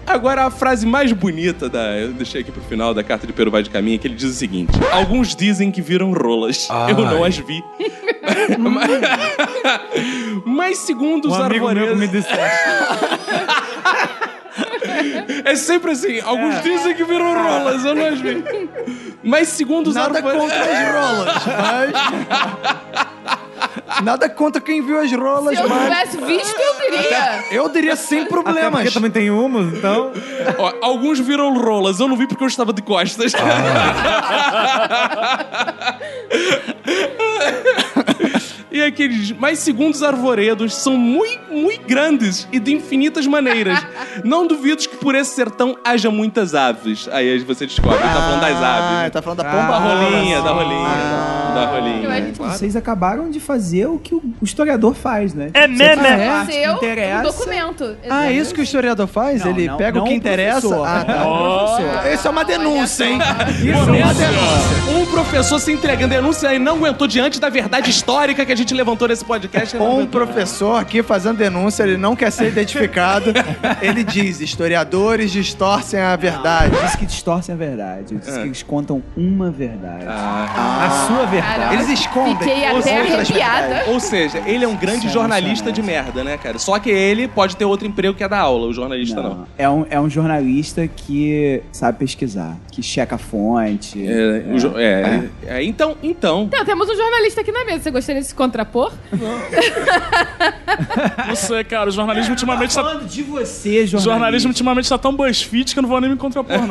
Agora, a frase mais bonita da. Eu deixei aqui pro final da carta de Peru Vai de Caminha, que ele diz o seguinte: Alguns dizem que viram rolas. Eu não as vi. mas, mas segundo os
Um amigo meu que
arvoredos.
me disse
É sempre assim. Alguns
É.
dizem que viram rolas, eu não as vi. Mas segundo os
Nada
arvoredos-
contra as rolas, mas. Nada contra quem viu as rolas,
Se eu
mas.
tivesse visto, eu diria.
Eu diria sem
É,
Até porque
problemas.
também tem humus, então...
Ó, alguns viram rolas, eu não vi porque eu estava de costas.
Ah.
e aqueles, mas segundo os arvoredos, são muito, muito grandes e de infinitas maneiras. não duvido que por esse sertão haja muitas aves. Aí você descobre, ele tá falando das aves.
Ah, tá falando da
Da
pomba Ah.
rolinha, da rolinha, da
Eu
rolinha.
acho que tá
Vocês acabaram de fazer o que o o historiador faz, né?
É meme.
Você faz a parte que
aconteceu um
interessa.
documento.
Ah, isso que o historiador faz?
Não,
ele
não,
pega
não
o que
o
interessa?
professor.
Ah, tá.
Ah,
Isso é uma
olha
denúncia,
só.
hein? É
Um professor se entregando à denúncia e não aguentou diante da verdade histórica que a gente levantou nesse podcast. né, ele não
Um
aguentou.
professor aqui fazendo denúncia, ele não quer ser identificado. Ele diz: historiadores distorcem a verdade.
Diz que distorcem a verdade. Diz que eles contam uma verdade.
Ah.
A sua verdade.
Caraca.
Eles escondem.
Fiquei
os
até
outros
arrepiada.
Ou seja, ele é um grande
Sensacional.
jornalista de merda, né, cara? Só que ele pode ter outro emprego que é dar aula, o jornalista não.
É, um, é um jornalista que sabe pesquisar, que checa a fonte.
É, o jo- é, é, então, então,
Então, temos um jornalista aqui na mesa. Você gostaria de se contrapor?
Não sei, cara. O jornalismo ultimamente tá...
Falando de você, jornalista.
Jornalismo ultimamente tá tão BuzzFeed que eu não vou nem me contrapor, não.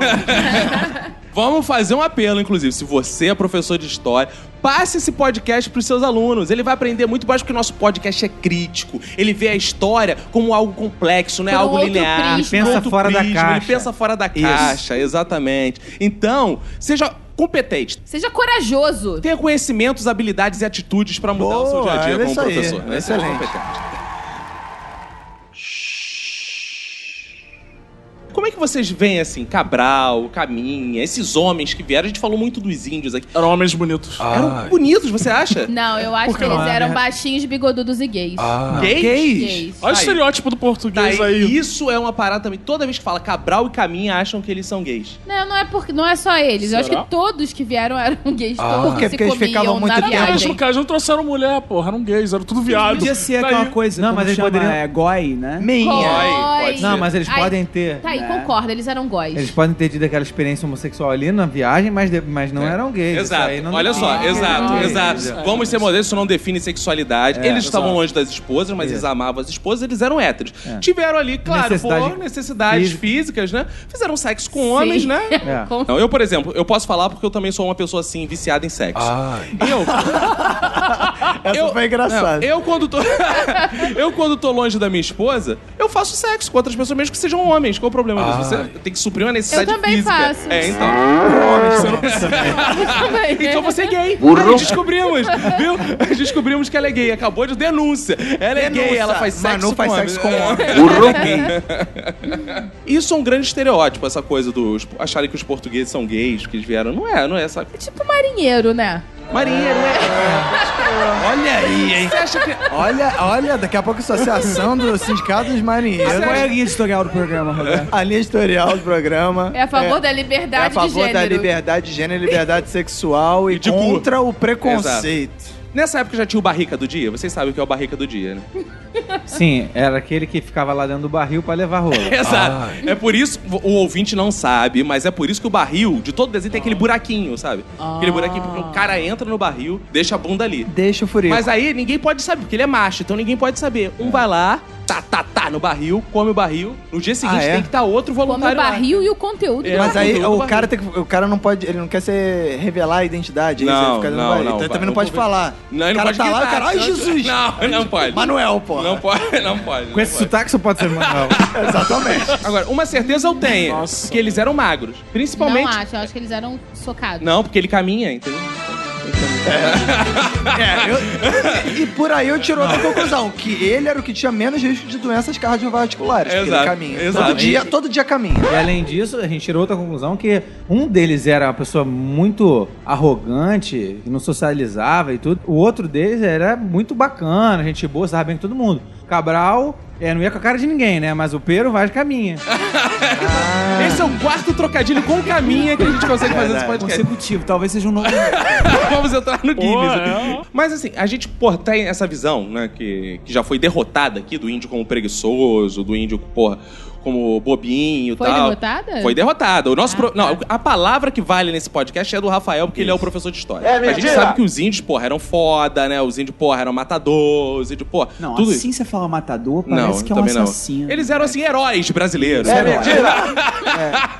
vamos fazer um apelo, inclusive. Se você é professor de história, passe esse podcast pros seus alunos. Ele vai aprender muito mais porque o nosso podcast é crítico. Ele vê a história como algo complexo, não é
Por um
algo
outro
linear.
prisma.
por
Pensa
outro
fora da
prisma, Ele
caixa.
pensa fora da caixa, exatamente. Então, seja competente.
Seja corajoso.
Tenha conhecimentos, habilidades e atitudes pra mudar o seu dia a dia
Boa, é
como
isso aí,
professor. né? Seja
excelente.
competente. Como é que vocês veem, assim, Cabral, Caminha, esses homens que vieram? A gente falou muito dos índios aqui.
Eram homens
Ah,
bonitos.
Ah.
Eram bonitos, você acha?
Não, eu acho que eles
não, né?
eram baixinhos, bigodudos e gays.
Gays?
Gays.
Olha o
Aí.
estereótipo do
Tá,
português
e-
aí.
Isso é uma parada também. Toda vez que fala Cabral e Caminha, acham que eles são gays.
Não, não é, porque, não é só eles. Eu acho
Será?
que todos que vieram eram gays. todos
Por quê?
que se
Porque eles
comiam
ficavam muito
na
tempo.
É, mas
viagem.
os caras não trouxeram mulher, porra. Eram gays, eram tudo viado. Tá
Podia ser
Daí-
aquela coisa,
Não,
não,
mas
mas
eles
chama,
poderiam-
é, goi, né?
Minha.
Cois.
pode ser.
Não, mas eles
Ai,
podem ter...
É.
Tá aí,
né?
corda, eles eram góis.
Eles podem ter tido aquela experiência homossexual ali na viagem, mas, de- mas não eram gays. Isso
É. Exato.
aí não
Olha só,
define que
exato,
eram gays.
exato. Vamos ser modestos, isso não define sexualidade.
É,
eles estavam
exato.
longe das esposas, mas
É.
eles amavam as esposas, eles eram héteros. Tiveram ali, claro,
Necessidade
por necessidades
física.
físicas, né? Fizeram sexo com homens, né?
É.
Com-
Não, eu, por exemplo, eu posso falar porque eu também sou uma pessoa assim, viciada em sexo.
Essa
Eu-
foi engraçada.
Não, eu quando tô. eu quando tô longe da minha esposa, eu faço sexo com outras pessoas, mesmo que sejam homens. Qual o problema disso?
Ah.
Você tem que suprir uma necessidade
Eu também
física.
faço.
É, então. Homens, você não precisa. então você é gay. Aí descobrimos, viu? Descobrimos que ela é gay. Acabou de denúncia. Ela é gay, ela faz sexo
Manu
com
faz
homens.
sexo com homem.
Isso é um grande estereótipo, essa coisa dos acharem que os portugueses são gays, que eles vieram. Não é, não é essa.
É tipo marinheiro, né?
Marinheiro, né?
Olha aí, hein?
Você acha que.
Olha, olha, daqui a pouco isso é associação do Sindicato dos Marinheiros.
Qual é a linha editorial do programa, Roberto?
A linha editorial do programa.
É a favor da
é
liberdade
a
de
favor
gênero.
da liberdade de gênero, liberdade sexual e
de cu.
contra o preconceito.
Nessa época já tinha o barrica do dia? Vocês sabem o que é o barrica do dia, né?
Sim, era aquele que ficava lá dentro do barril pra levar rola.
Exato. É por isso, o ouvinte não sabe, mas é por isso que o barril de todo desenho tem aquele buraquinho, sabe?
Ah.
Aquele buraquinho, porque o cara entra no barril, deixa a bunda ali.
Deixa o furico.
Mas aí ninguém pode saber, porque ele é macho, então ninguém pode saber. Um vai lá, tá, tá, tá, no barril, come o barril. No dia seguinte
Ah, é?
tem que estar outro
Como o
voluntário lá.
barril e o conteúdo.
É.
do
Mas
barril.
aí
Barril,
o
barril.
cara, tem que, o cara não pode. Ele não quer ser, revelar a identidade. hein?
Não,
Você fica dando
não,
barulho.
não,
Então
vai,
Também
não
não pode
convém.
falar.
Não,
o
ele não
cara
pode
tá lá, o
gritar,
cara. Ai,
tanto-
Jesus!
Não, não pode.
Manuel, porra.
Não pode, não pode.
Com esse
não pode.
sotaque só pode ser manual.
Exatamente.
Agora, uma certeza eu tenho, que eles eram magros. Principalmente...
Não acho, eu acho que eles eram socados.
Não, porque ele caminha, entendeu?
É, eu- e por aí eu tiro outra conclusão: que ele era o que tinha menos risco de doenças cardiovasculares. porque
Exato,
ele caminha.
exato.
Todo dia, todo dia caminha.
E além disso, a gente tirou outra conclusão que um deles era uma pessoa muito arrogante, que não socializava e tudo. O outro deles era muito bacana, gente boa, sabe bem com todo mundo. Cabral é, não ia com a cara de ninguém, né? Mas o Pero vai de caminha.
Esse é o quarto trocadilho com caminha que a gente
É
consegue fazer nesse podcast.
Consecutivo, talvez seja um novo.
Vamos entrar no Guinness.
um-
é.
Mas assim, a gente porra, tem essa visão, né, que, que já foi derrotada aqui do índio como preguiçoso, do índio, porra, como bobinho e
Foi
tal.
derrotada? Ah, tá.
Foi derrotada. O nosso pro- não, a palavra que vale nesse podcast é do Rafael, porque ele é o professor de história. a gente sabe que os índios, porra, eram foda, né? Os índios, porra, eram matador, os índios, porra,
Não,
tudo
assim você fala
Tá
matador,
isso. Não,
parece que é um
também não.
assassino.
Eles eram assim heróis brasileiros.
É mentira!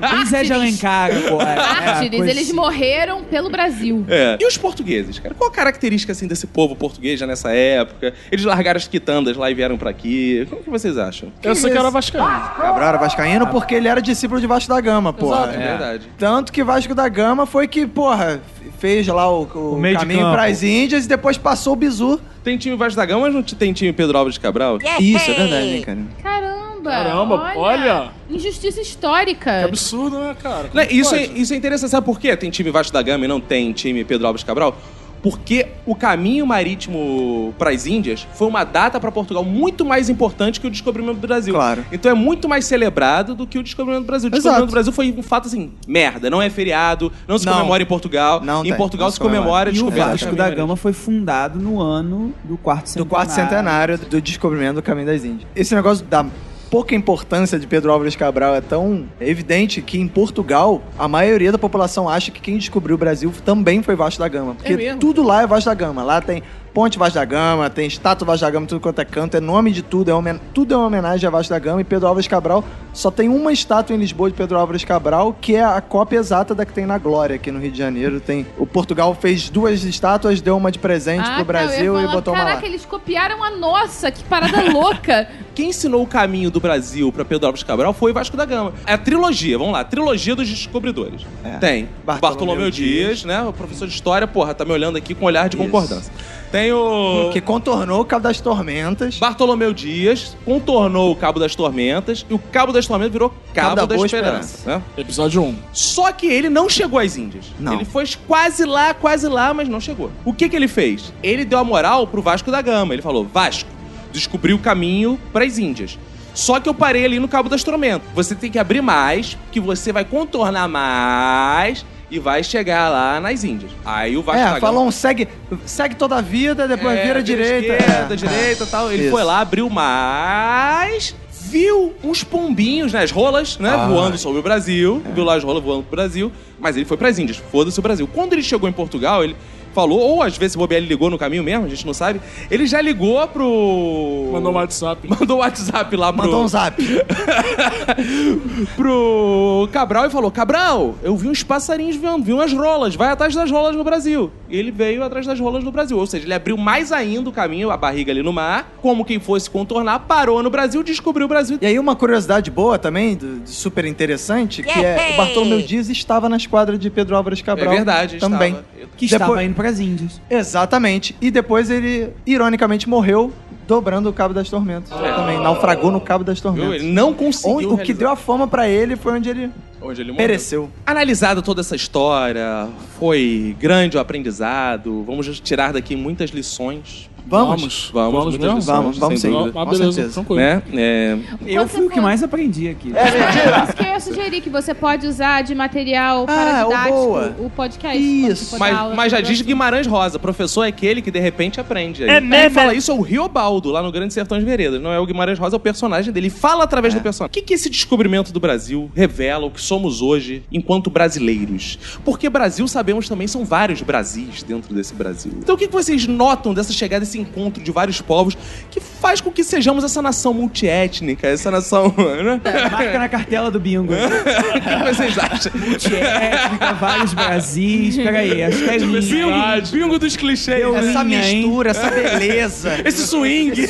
Tem Zé de Alencar, pô. é, é,
Mártires,
coisa
eles
assim.
morreram pelo Brasil.
É. E os portugueses, cara? Qual a característica assim desse povo português já nessa época? Eles largaram as quitandas lá e vieram pra aqui. Como que vocês acham?
Eu sei que era vascaíno.
Ah.
Cabral era vascaíno
Ah.
porque ele era discípulo de Vasco da Gama, porra.
É verdade.
Tanto que Vasco da Gama foi que, porra, fez lá o, o
meio de
caminho
campo.
pras Índias e depois passou o bizu.
Tem time Vasco da Gama, mas não tem time Pedro Alves de Cabral?
Isso, é verdade, hein, cara?
Caramba!
Caramba, olha.
Injustiça histórica.
É absurdo, né, cara? Como
Né, isso, é,
pode?
isso é interessante. Sabe por quê? Tem time Vasco da Gama e não tem time Pedro Alves de Cabral? Porque o caminho marítimo pras Índias foi uma data pra Portugal muito mais importante que o descobrimento do Brasil.
Claro.
Então é muito mais celebrado do que o descobrimento do Brasil. O
Exato.
descobrimento do Brasil foi um fato assim, merda. Não é feriado, não se
Não.
comemora em Portugal.
Não
em
tem,
Portugal
não
se
se
comemora,
comemora.
E o
descoberta.
Vasco da Gama foi fundado no ano do quarto
Do
centenário.
quarto centenário do descobrimento do caminho das Índias. Esse negócio da pouca importância de Pedro Álvares Cabral é tão evidente que em Portugal a maioria da população acha que quem descobriu o Brasil também foi Vasco da Gama, porque tudo lá é Vasco da Gama. Lá tem Ponte Vasco da Gama, tem estátua Vasco da Gama, tudo quanto é canto, é nome de tudo, é homen- tudo é uma homenagem a Vasco da Gama e Pedro Álvares Cabral. Só tem uma estátua em Lisboa de Pedro Álvares Cabral, que é a cópia exata da que tem na Glória aqui no Rio de Janeiro. Tem o Portugal fez duas estátuas, deu uma de presente pro
Ah, tá, eu ia
Brasil e
falar,
botou uma lá.
Caraca, eles copiaram a nossa, que parada louca.
Quem ensinou o caminho do Brasil pra Pedro Alves Cabral foi Vasco da Gama. É a trilogia, vamos lá, a trilogia dos descobridores. Tem Bartolomeu,
Bartolomeu
Dias, né? O professor de história, porra, tá me olhando aqui com um olhar de concordância. Tem o
Que contornou o Cabo das Tormentas.
Bartolomeu Dias, contornou o Cabo das Tormentas e o Cabo das Tormentas virou Cabo,
Cabo da
da,
Boa
Esperança. né?
Episódio 1.
Só que ele não chegou às Índias.
Não.
Ele foi quase lá, quase lá, mas não chegou. O que, que ele fez? Ele deu a moral pro Vasco da Gama. Ele falou: Vasco, descobri o caminho pras Índias. Só que eu parei ali no Cabo das Tormentas. Você tem que abrir mais, que você vai contornar mais e vai chegar lá nas Índias. Aí o Vasco da
é,
Gama.
falou um segue, segue toda a vida, depois
É,
vira direita.
Esquerda,
É.
direita e tal. Ele
Isso.
foi lá, abriu mais. viu uns pombinhos nas rolas, né? Voando sobre o Brasil. Viu lá as rolas voando pro Brasil. Mas ele foi pras Índias. Foda-se o Brasil. Quando ele chegou em Portugal, ele falou, ou às vezes o Bobielli ligou no caminho mesmo, a gente não sabe. Ele já ligou pro.
Mandou um WhatsApp.
Mandou o WhatsApp lá, pro...
Mandou um zap.
pro Cabral e falou: Cabral, eu vi uns passarinhos voando, vi umas rolas, vai atrás das rolas no Brasil. E ele veio atrás das rolas no Brasil. Ou seja, ele abriu mais ainda o caminho, a barriga ali no mar, como quem fosse contornar, parou no Brasil, descobriu o Brasil.
E aí uma curiosidade boa também, do- de super interessante, que é o Bartolomeu Dias estava na esquadra de Pedro Álvares Cabral.
É verdade,
também.
estava.
Que
Depois-
estava indo para as Índias.
Exatamente. E depois ele, ironicamente, morreu dobrando o Cabo das Tormentas. Também naufragou no Cabo das
É. Viu?
Tormentas.
Ele não
Onde-
conseguiu.
o que deu a fama pra ele foi onde ele
Onde ele morreu.
pereceu.
Analisado toda essa história, foi grande o aprendizado. Vamos tirar daqui muitas lições.
Vamos?
Vamos,
Vamos
muitas
mesmo?
lições,
Vamos, vamos
sem
sim.
dúvida.
Ah,
Com
beleza,
certeza.
tranquilo.
Né? É,
Eu fui o que mais aprendi aqui.
Isso que eu ia sugerir, que você pode usar de material
Ah,
para didático
boa.
o podcast.
Isso.
quando for dar aula
Mas, mas já diz
sobre o assunto.
Guimarães Rosa, professor é aquele que de repente aprende. É mesmo? Ele fala isso é o Riobaldo, lá no Grande Sertões Veredas. Não é o Guimarães Rosa, é o personagem dele. Ele fala através do personagem. O que, que esse descobrimento do Brasil revela o que somos hoje enquanto brasileiros? Porque Brasil, sabemos também, são vários Brasis dentro desse Brasil. Então o que, que vocês notam dessa chegada, desse encontro de vários povos que faz com que sejamos essa nação multiétnica, essa nação... né?
Marca na cartela do
O
bingo.
que que vocês acham?
Multiétnica, vários Brasis. Peraí, acho que é minha.
Bingo, bingo dos clichês. né?
Essa mistura,
essa beleza.
Esse swing.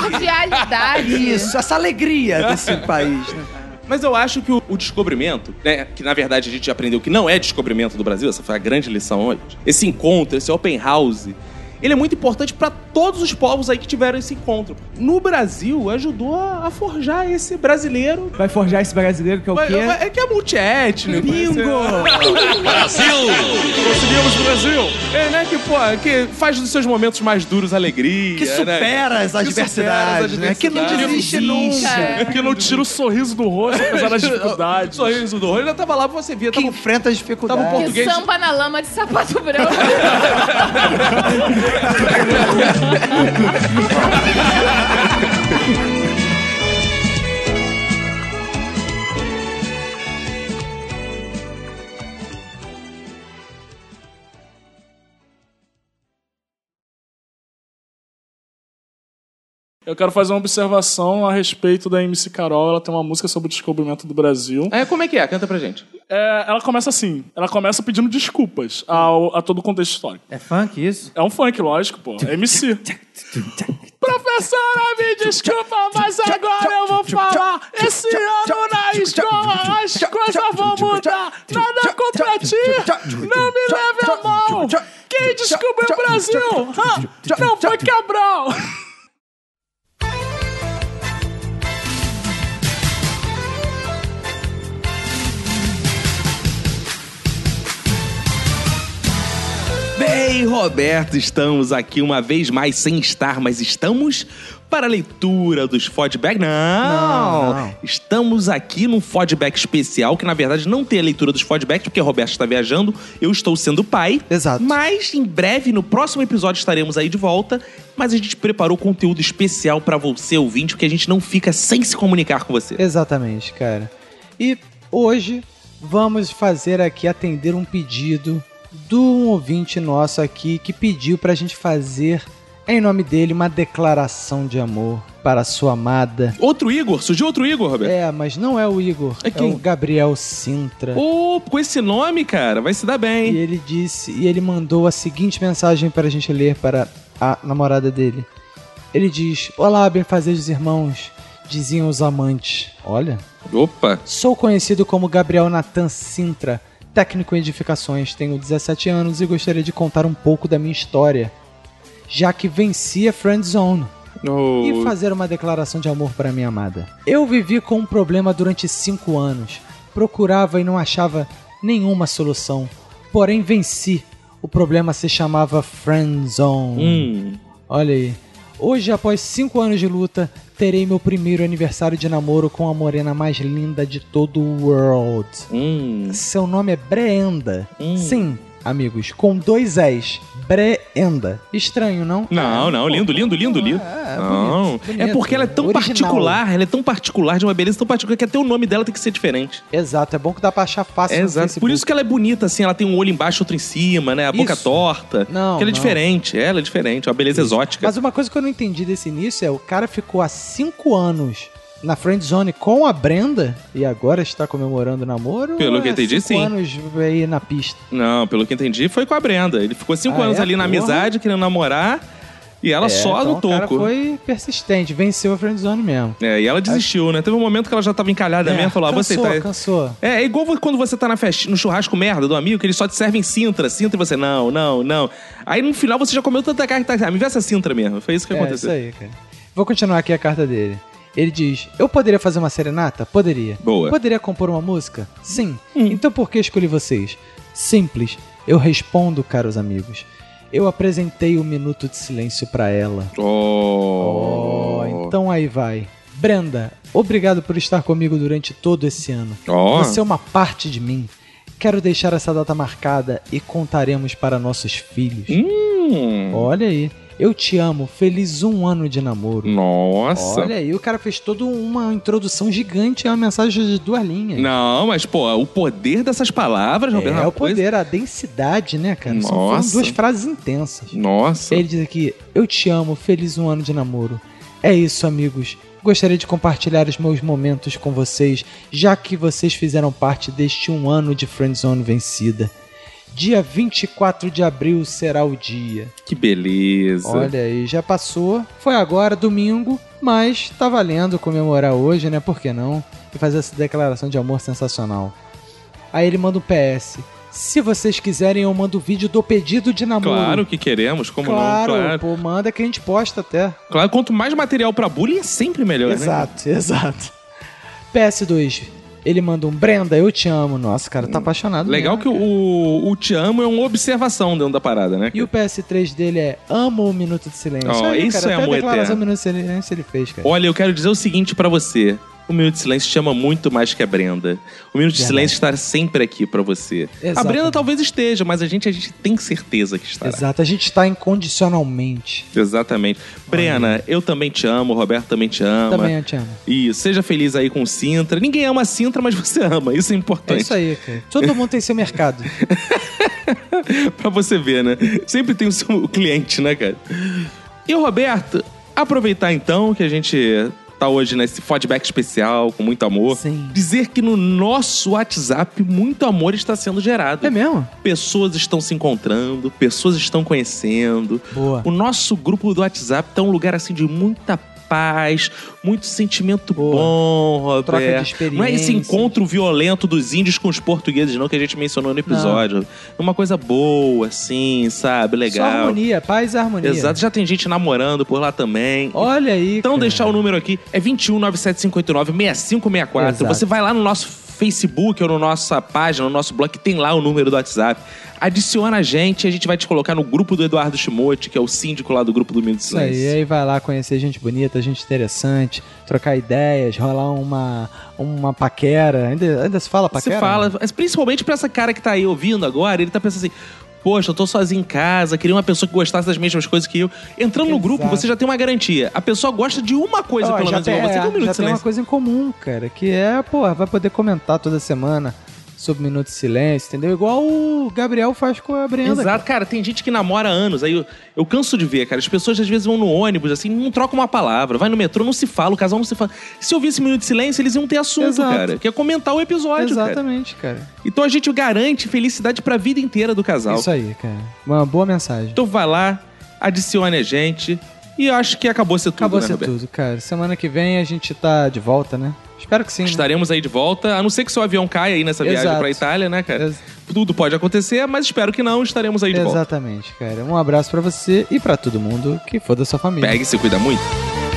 Cordialidade.
essa alegria desse país, né?
Mas eu acho que o, o descobrimento, né, que na verdade a gente já aprendeu que não é descobrimento do Brasil, essa foi a grande lição hoje. Esse encontro, esse open house, ele é muito importante para todos os povos aí que tiveram esse encontro. No Brasil, ajudou a, a forjar esse brasileiro.
Vai forjar esse brasileiro que é o
Vai-
quê?
vai- É que é multiétnico. né?
Bingo!
Conseguimos o Brasil!
esse- É, né? Que, pô, que faz dos seus momentos mais duros alegria.
Que
né?
supera as
supera as
adversidades, né? Que não
adversidades.
desiste
Não desiste.
nunca.
É.
Que não tira o sorriso do rosto, apesar das dificuldades.
Sorriso do olho. Ainda tava lá pra você ver.
Que
Tava,
enfrenta as
tava um
dificuldades.
Que
português...
samba na lama de sapato branco.
Eu quero fazer uma observação a respeito da MC Carol. Ela tem uma música sobre o descobrimento do Brasil.
É, como é que é? Canta pra gente.
É, ela começa assim. Ela começa pedindo desculpas ao- a todo o contexto histórico.
É funk isso?
É um funk, lógico, pô. É MC. Professora, me desculpa, mas agora eu vou falar. Esse ano na escola as coisas vão mudar. Nada contra ti, não me leve a mal. Quem descobriu o Brasil? Ah, não foi Cabral.
Bem, Roberto, estamos aqui uma vez mais sem estar, mas estamos para a leitura dos feedback. Não, Estamos aqui num feedback especial, que na verdade não tem a leitura dos feedbacks, porque Roberto está viajando, eu estou sendo pai.
Exato.
Mas em breve, no próximo episódio, estaremos aí de volta. Mas a gente preparou conteúdo especial para você, ouvinte, porque a gente não fica sem se comunicar com você.
Exatamente, cara. E hoje vamos fazer aqui atender um pedido de um ouvinte nosso aqui que pediu pra gente fazer, em nome dele, uma declaração de amor para sua amada.
Outro Igor, surgiu outro Igor, Roberto.
É, mas não é o Igor,
É
é,
quem?
o Gabriel Sintra.
Ô, com esse nome, cara, vai se dar bem. hein?
É. E ele disse, e ele mandou a seguinte mensagem para a gente ler para a namorada dele. Ele diz: Olá, benfazejos irmãos, diziam os amantes. Olha.
Opa.
Sou conhecido como Gabriel Natan Sintra, técnico em edificações, tenho 17 anos e gostaria de contar um pouco da minha história, já que venci a Friend Zone e fazer uma declaração de amor para minha amada. Eu vivi com um problema durante 5 anos. Procurava e não achava nenhuma solução. Porém, venci. O problema se chamava Friend Zone.
Hum.
Olha aí. Hoje, após 5 anos de luta, terei meu primeiro aniversário de namoro com a morena mais linda de todo o world.
Hum.
Seu nome é Breenda.
Hum.
Sim, amigos, com dois S. Breenda. Estranho, não?
Não, não, lindo, lindo, lindo, lindo.
É,
Não,
bonito, bonito.
é porque ela é tão
Original.
particular, ela é tão particular, de uma beleza tão particular, que até o nome dela tem que ser diferente.
Exato, é bom que dá pra achar fácil.
É,
no
exato.
Facebook.
Por isso que ela é bonita, assim, ela tem um olho embaixo, outro em cima, né? A boca
Isso.
torta.
Não,
Porque ela é
não.
diferente, ela é diferente, é uma beleza exótica.
Mas uma coisa que eu não entendi desse início é o cara ficou há cinco anos na friend zone com a Brenda e agora está comemorando o namoro.
Pelo
ou
que eu
é
entendi,
cinco
sim.
anos aí na pista.
Não, pelo que eu entendi, foi com a Brenda. Ele ficou cinco
Ah,
anos
é?
ali na
Porra.
amizade, querendo namorar, e ela
É,
só
então
no
O cara
toco.
foi persistente, venceu a friend zone mesmo.
É, e ela desistiu, né? Teve um momento que ela já tava encalhada
É,
mesmo, falou, ah, vou
cansou,
aceitar.
cansou.
É, é igual quando você tá na festa, no churrasco merda do amigo, que eles só te servem cintra, cintra, e você, não, não, não. Aí no final você já comeu tanta carne que tá, ah, me vê essa cintra mesmo. Foi isso que
É,
aconteceu.
isso aí, cara. Vou continuar aqui a carta dele. Ele diz: Eu poderia fazer uma serenata? Poderia.
Boa.
Poderia compor uma música? Sim. Então por que escolhi vocês? Simples. Eu respondo, caros amigos. Eu apresentei o minuto de silêncio pra ela.
Oh.
Então aí vai. Brenda, obrigado por estar comigo durante todo esse ano.
Ó.
Você é uma parte de mim. Quero deixar essa data marcada e contaremos para nossos filhos.
Hum.
Olha aí. Eu te amo. Feliz um ano de namoro.
Nossa.
Olha aí, o cara fez toda uma introdução gigante, é uma mensagem de duas linhas.
Não, mas, pô, o poder dessas palavras, Roberto.
é
uma
o
coisa-
poder, a densidade, né, cara? São foram
Nossa.
duas frases intensas.
Nossa.
Ele diz aqui: Eu te amo, feliz um ano de namoro. É isso, amigos. Gostaria de compartilhar os meus momentos com vocês, já que vocês fizeram parte deste um ano de Friendzone vencida. Dia 24 de abril será o dia.
Que beleza.
Olha aí, já passou. Foi agora, domingo, mas tá valendo comemorar hoje, né? Por que não? E fazer essa declaração de amor sensacional. Aí ele manda um PS. Se vocês quiserem, eu mando o vídeo do pedido de namoro.
Claro que queremos, como
claro,
não? Claro.
pô, manda que a gente posta até.
Claro, quanto mais material pra bullying é sempre melhor, né?
Exato, exato. PS2, ele manda um Brenda, eu te amo. Nossa, o cara tá apaixonado.
Hum, Legal que o, o Te Amo é uma observação dentro da parada, né?
E o PS3 dele é Amo o Minuto de Silêncio.
Ó,
Olha aí,
isso
cara,
é
até
amor
a declaração
eterno.
do Minuto de Silêncio ele fez, cara.
Olha, eu quero dizer o seguinte pra você. O Minuto de Silêncio chama muito mais que a Brenda. O Minuto de
Verdade.
Silêncio estará sempre aqui pra você. A
Exato.
Brenda talvez esteja, mas a gente, a gente tem certeza que estará.
Exato, a gente tá incondicionalmente.
Exatamente. Brena, eu também te amo, o Roberto também te ama.
Também eu te amo.
Isso, seja feliz aí com o Sintra. Ninguém ama a Sintra, mas você ama. Isso é
É
importante.
isso aí, cara. Todo mundo tem seu mercado.
pra você ver, né? Sempre tem o seu cliente, né, cara? E o Roberto, aproveitar então que a gente tá hoje nesse feedback especial, com muito amor.
Sim.
Dizer que no nosso WhatsApp muito amor está sendo gerado.
É mesmo?
Pessoas estão se encontrando, pessoas estão conhecendo.
Boa.
O nosso grupo do WhatsApp tá um lugar assim de muita paz, muito sentimento bom, Roberto.
Troca de
Não é esse
experiência.
encontro violento dos índios com os portugueses, não, que a gente mencionou no episódio. É Uma coisa boa, assim, sabe?
Só
Legal.
harmonia, paz e harmonia.
Exato, já tem gente namorando por lá também.
Olha aí.
Então,
cara.
deixar o número aqui é 21 97589 6564.
Exato.
Você vai lá no nosso Facebook ou na nossa página, no nosso blog, que tem lá o número do WhatsApp. Adiciona a gente e a gente vai te colocar no grupo do Eduardo Chimote, que é o síndico lá do grupo do Minuto de
Isso aí,
Silêncio.
aí vai lá conhecer gente bonita, gente interessante, trocar ideias, rolar uma, uma paquera. Ainda, ainda se fala
Você
paquera?
fala, mas principalmente pra essa cara que tá aí ouvindo agora, ele tá pensando assim. Poxa, eu tô sozinho em casa, queria uma pessoa que gostasse das mesmas coisas que eu. Entrando no grupo,
Exato.
você já tem uma garantia. A pessoa gosta de uma coisa,
Ó,
pelo
já
menos,
tem,
igual você.
é,
Tem um minuto
já
de
tem uma
silêncio.
coisa em comum, cara, que é, porra, vai poder comentar toda semana sobre Minuto de Silêncio, entendeu? Igual o Gabriel faz com a Brenda. cara.
Exato, cara, tem gente que namora há anos. Aí eu, eu canso de ver, cara. As pessoas às vezes vão no ônibus, assim, não trocam uma palavra. Vai no metrô, não se fala, o casal não se fala. Se eu esse minuto de silêncio, eles iam ter assunto,
Exato.
cara. Que é comentar o episódio, cara.
Exatamente, cara.
Então a gente garante felicidade pra vida inteira do casal.
Isso aí, cara. Uma boa mensagem.
Então vai lá, adicione a gente. E eu acho que acabou ser tudo,
Acabou
né,
ser
Roberto?
tudo, cara. Semana que vem a gente tá de volta, né? Espero que sim. né?
Estaremos aí de volta, a não ser que seu avião caia aí nessa viagem
Exato.
pra Itália, né, cara?
Ex-
Tudo pode acontecer, mas espero que não. Estaremos aí de volta.
Exatamente, cara. Um abraço pra você e pra todo mundo que for da sua família.
Pega e se cuida muito.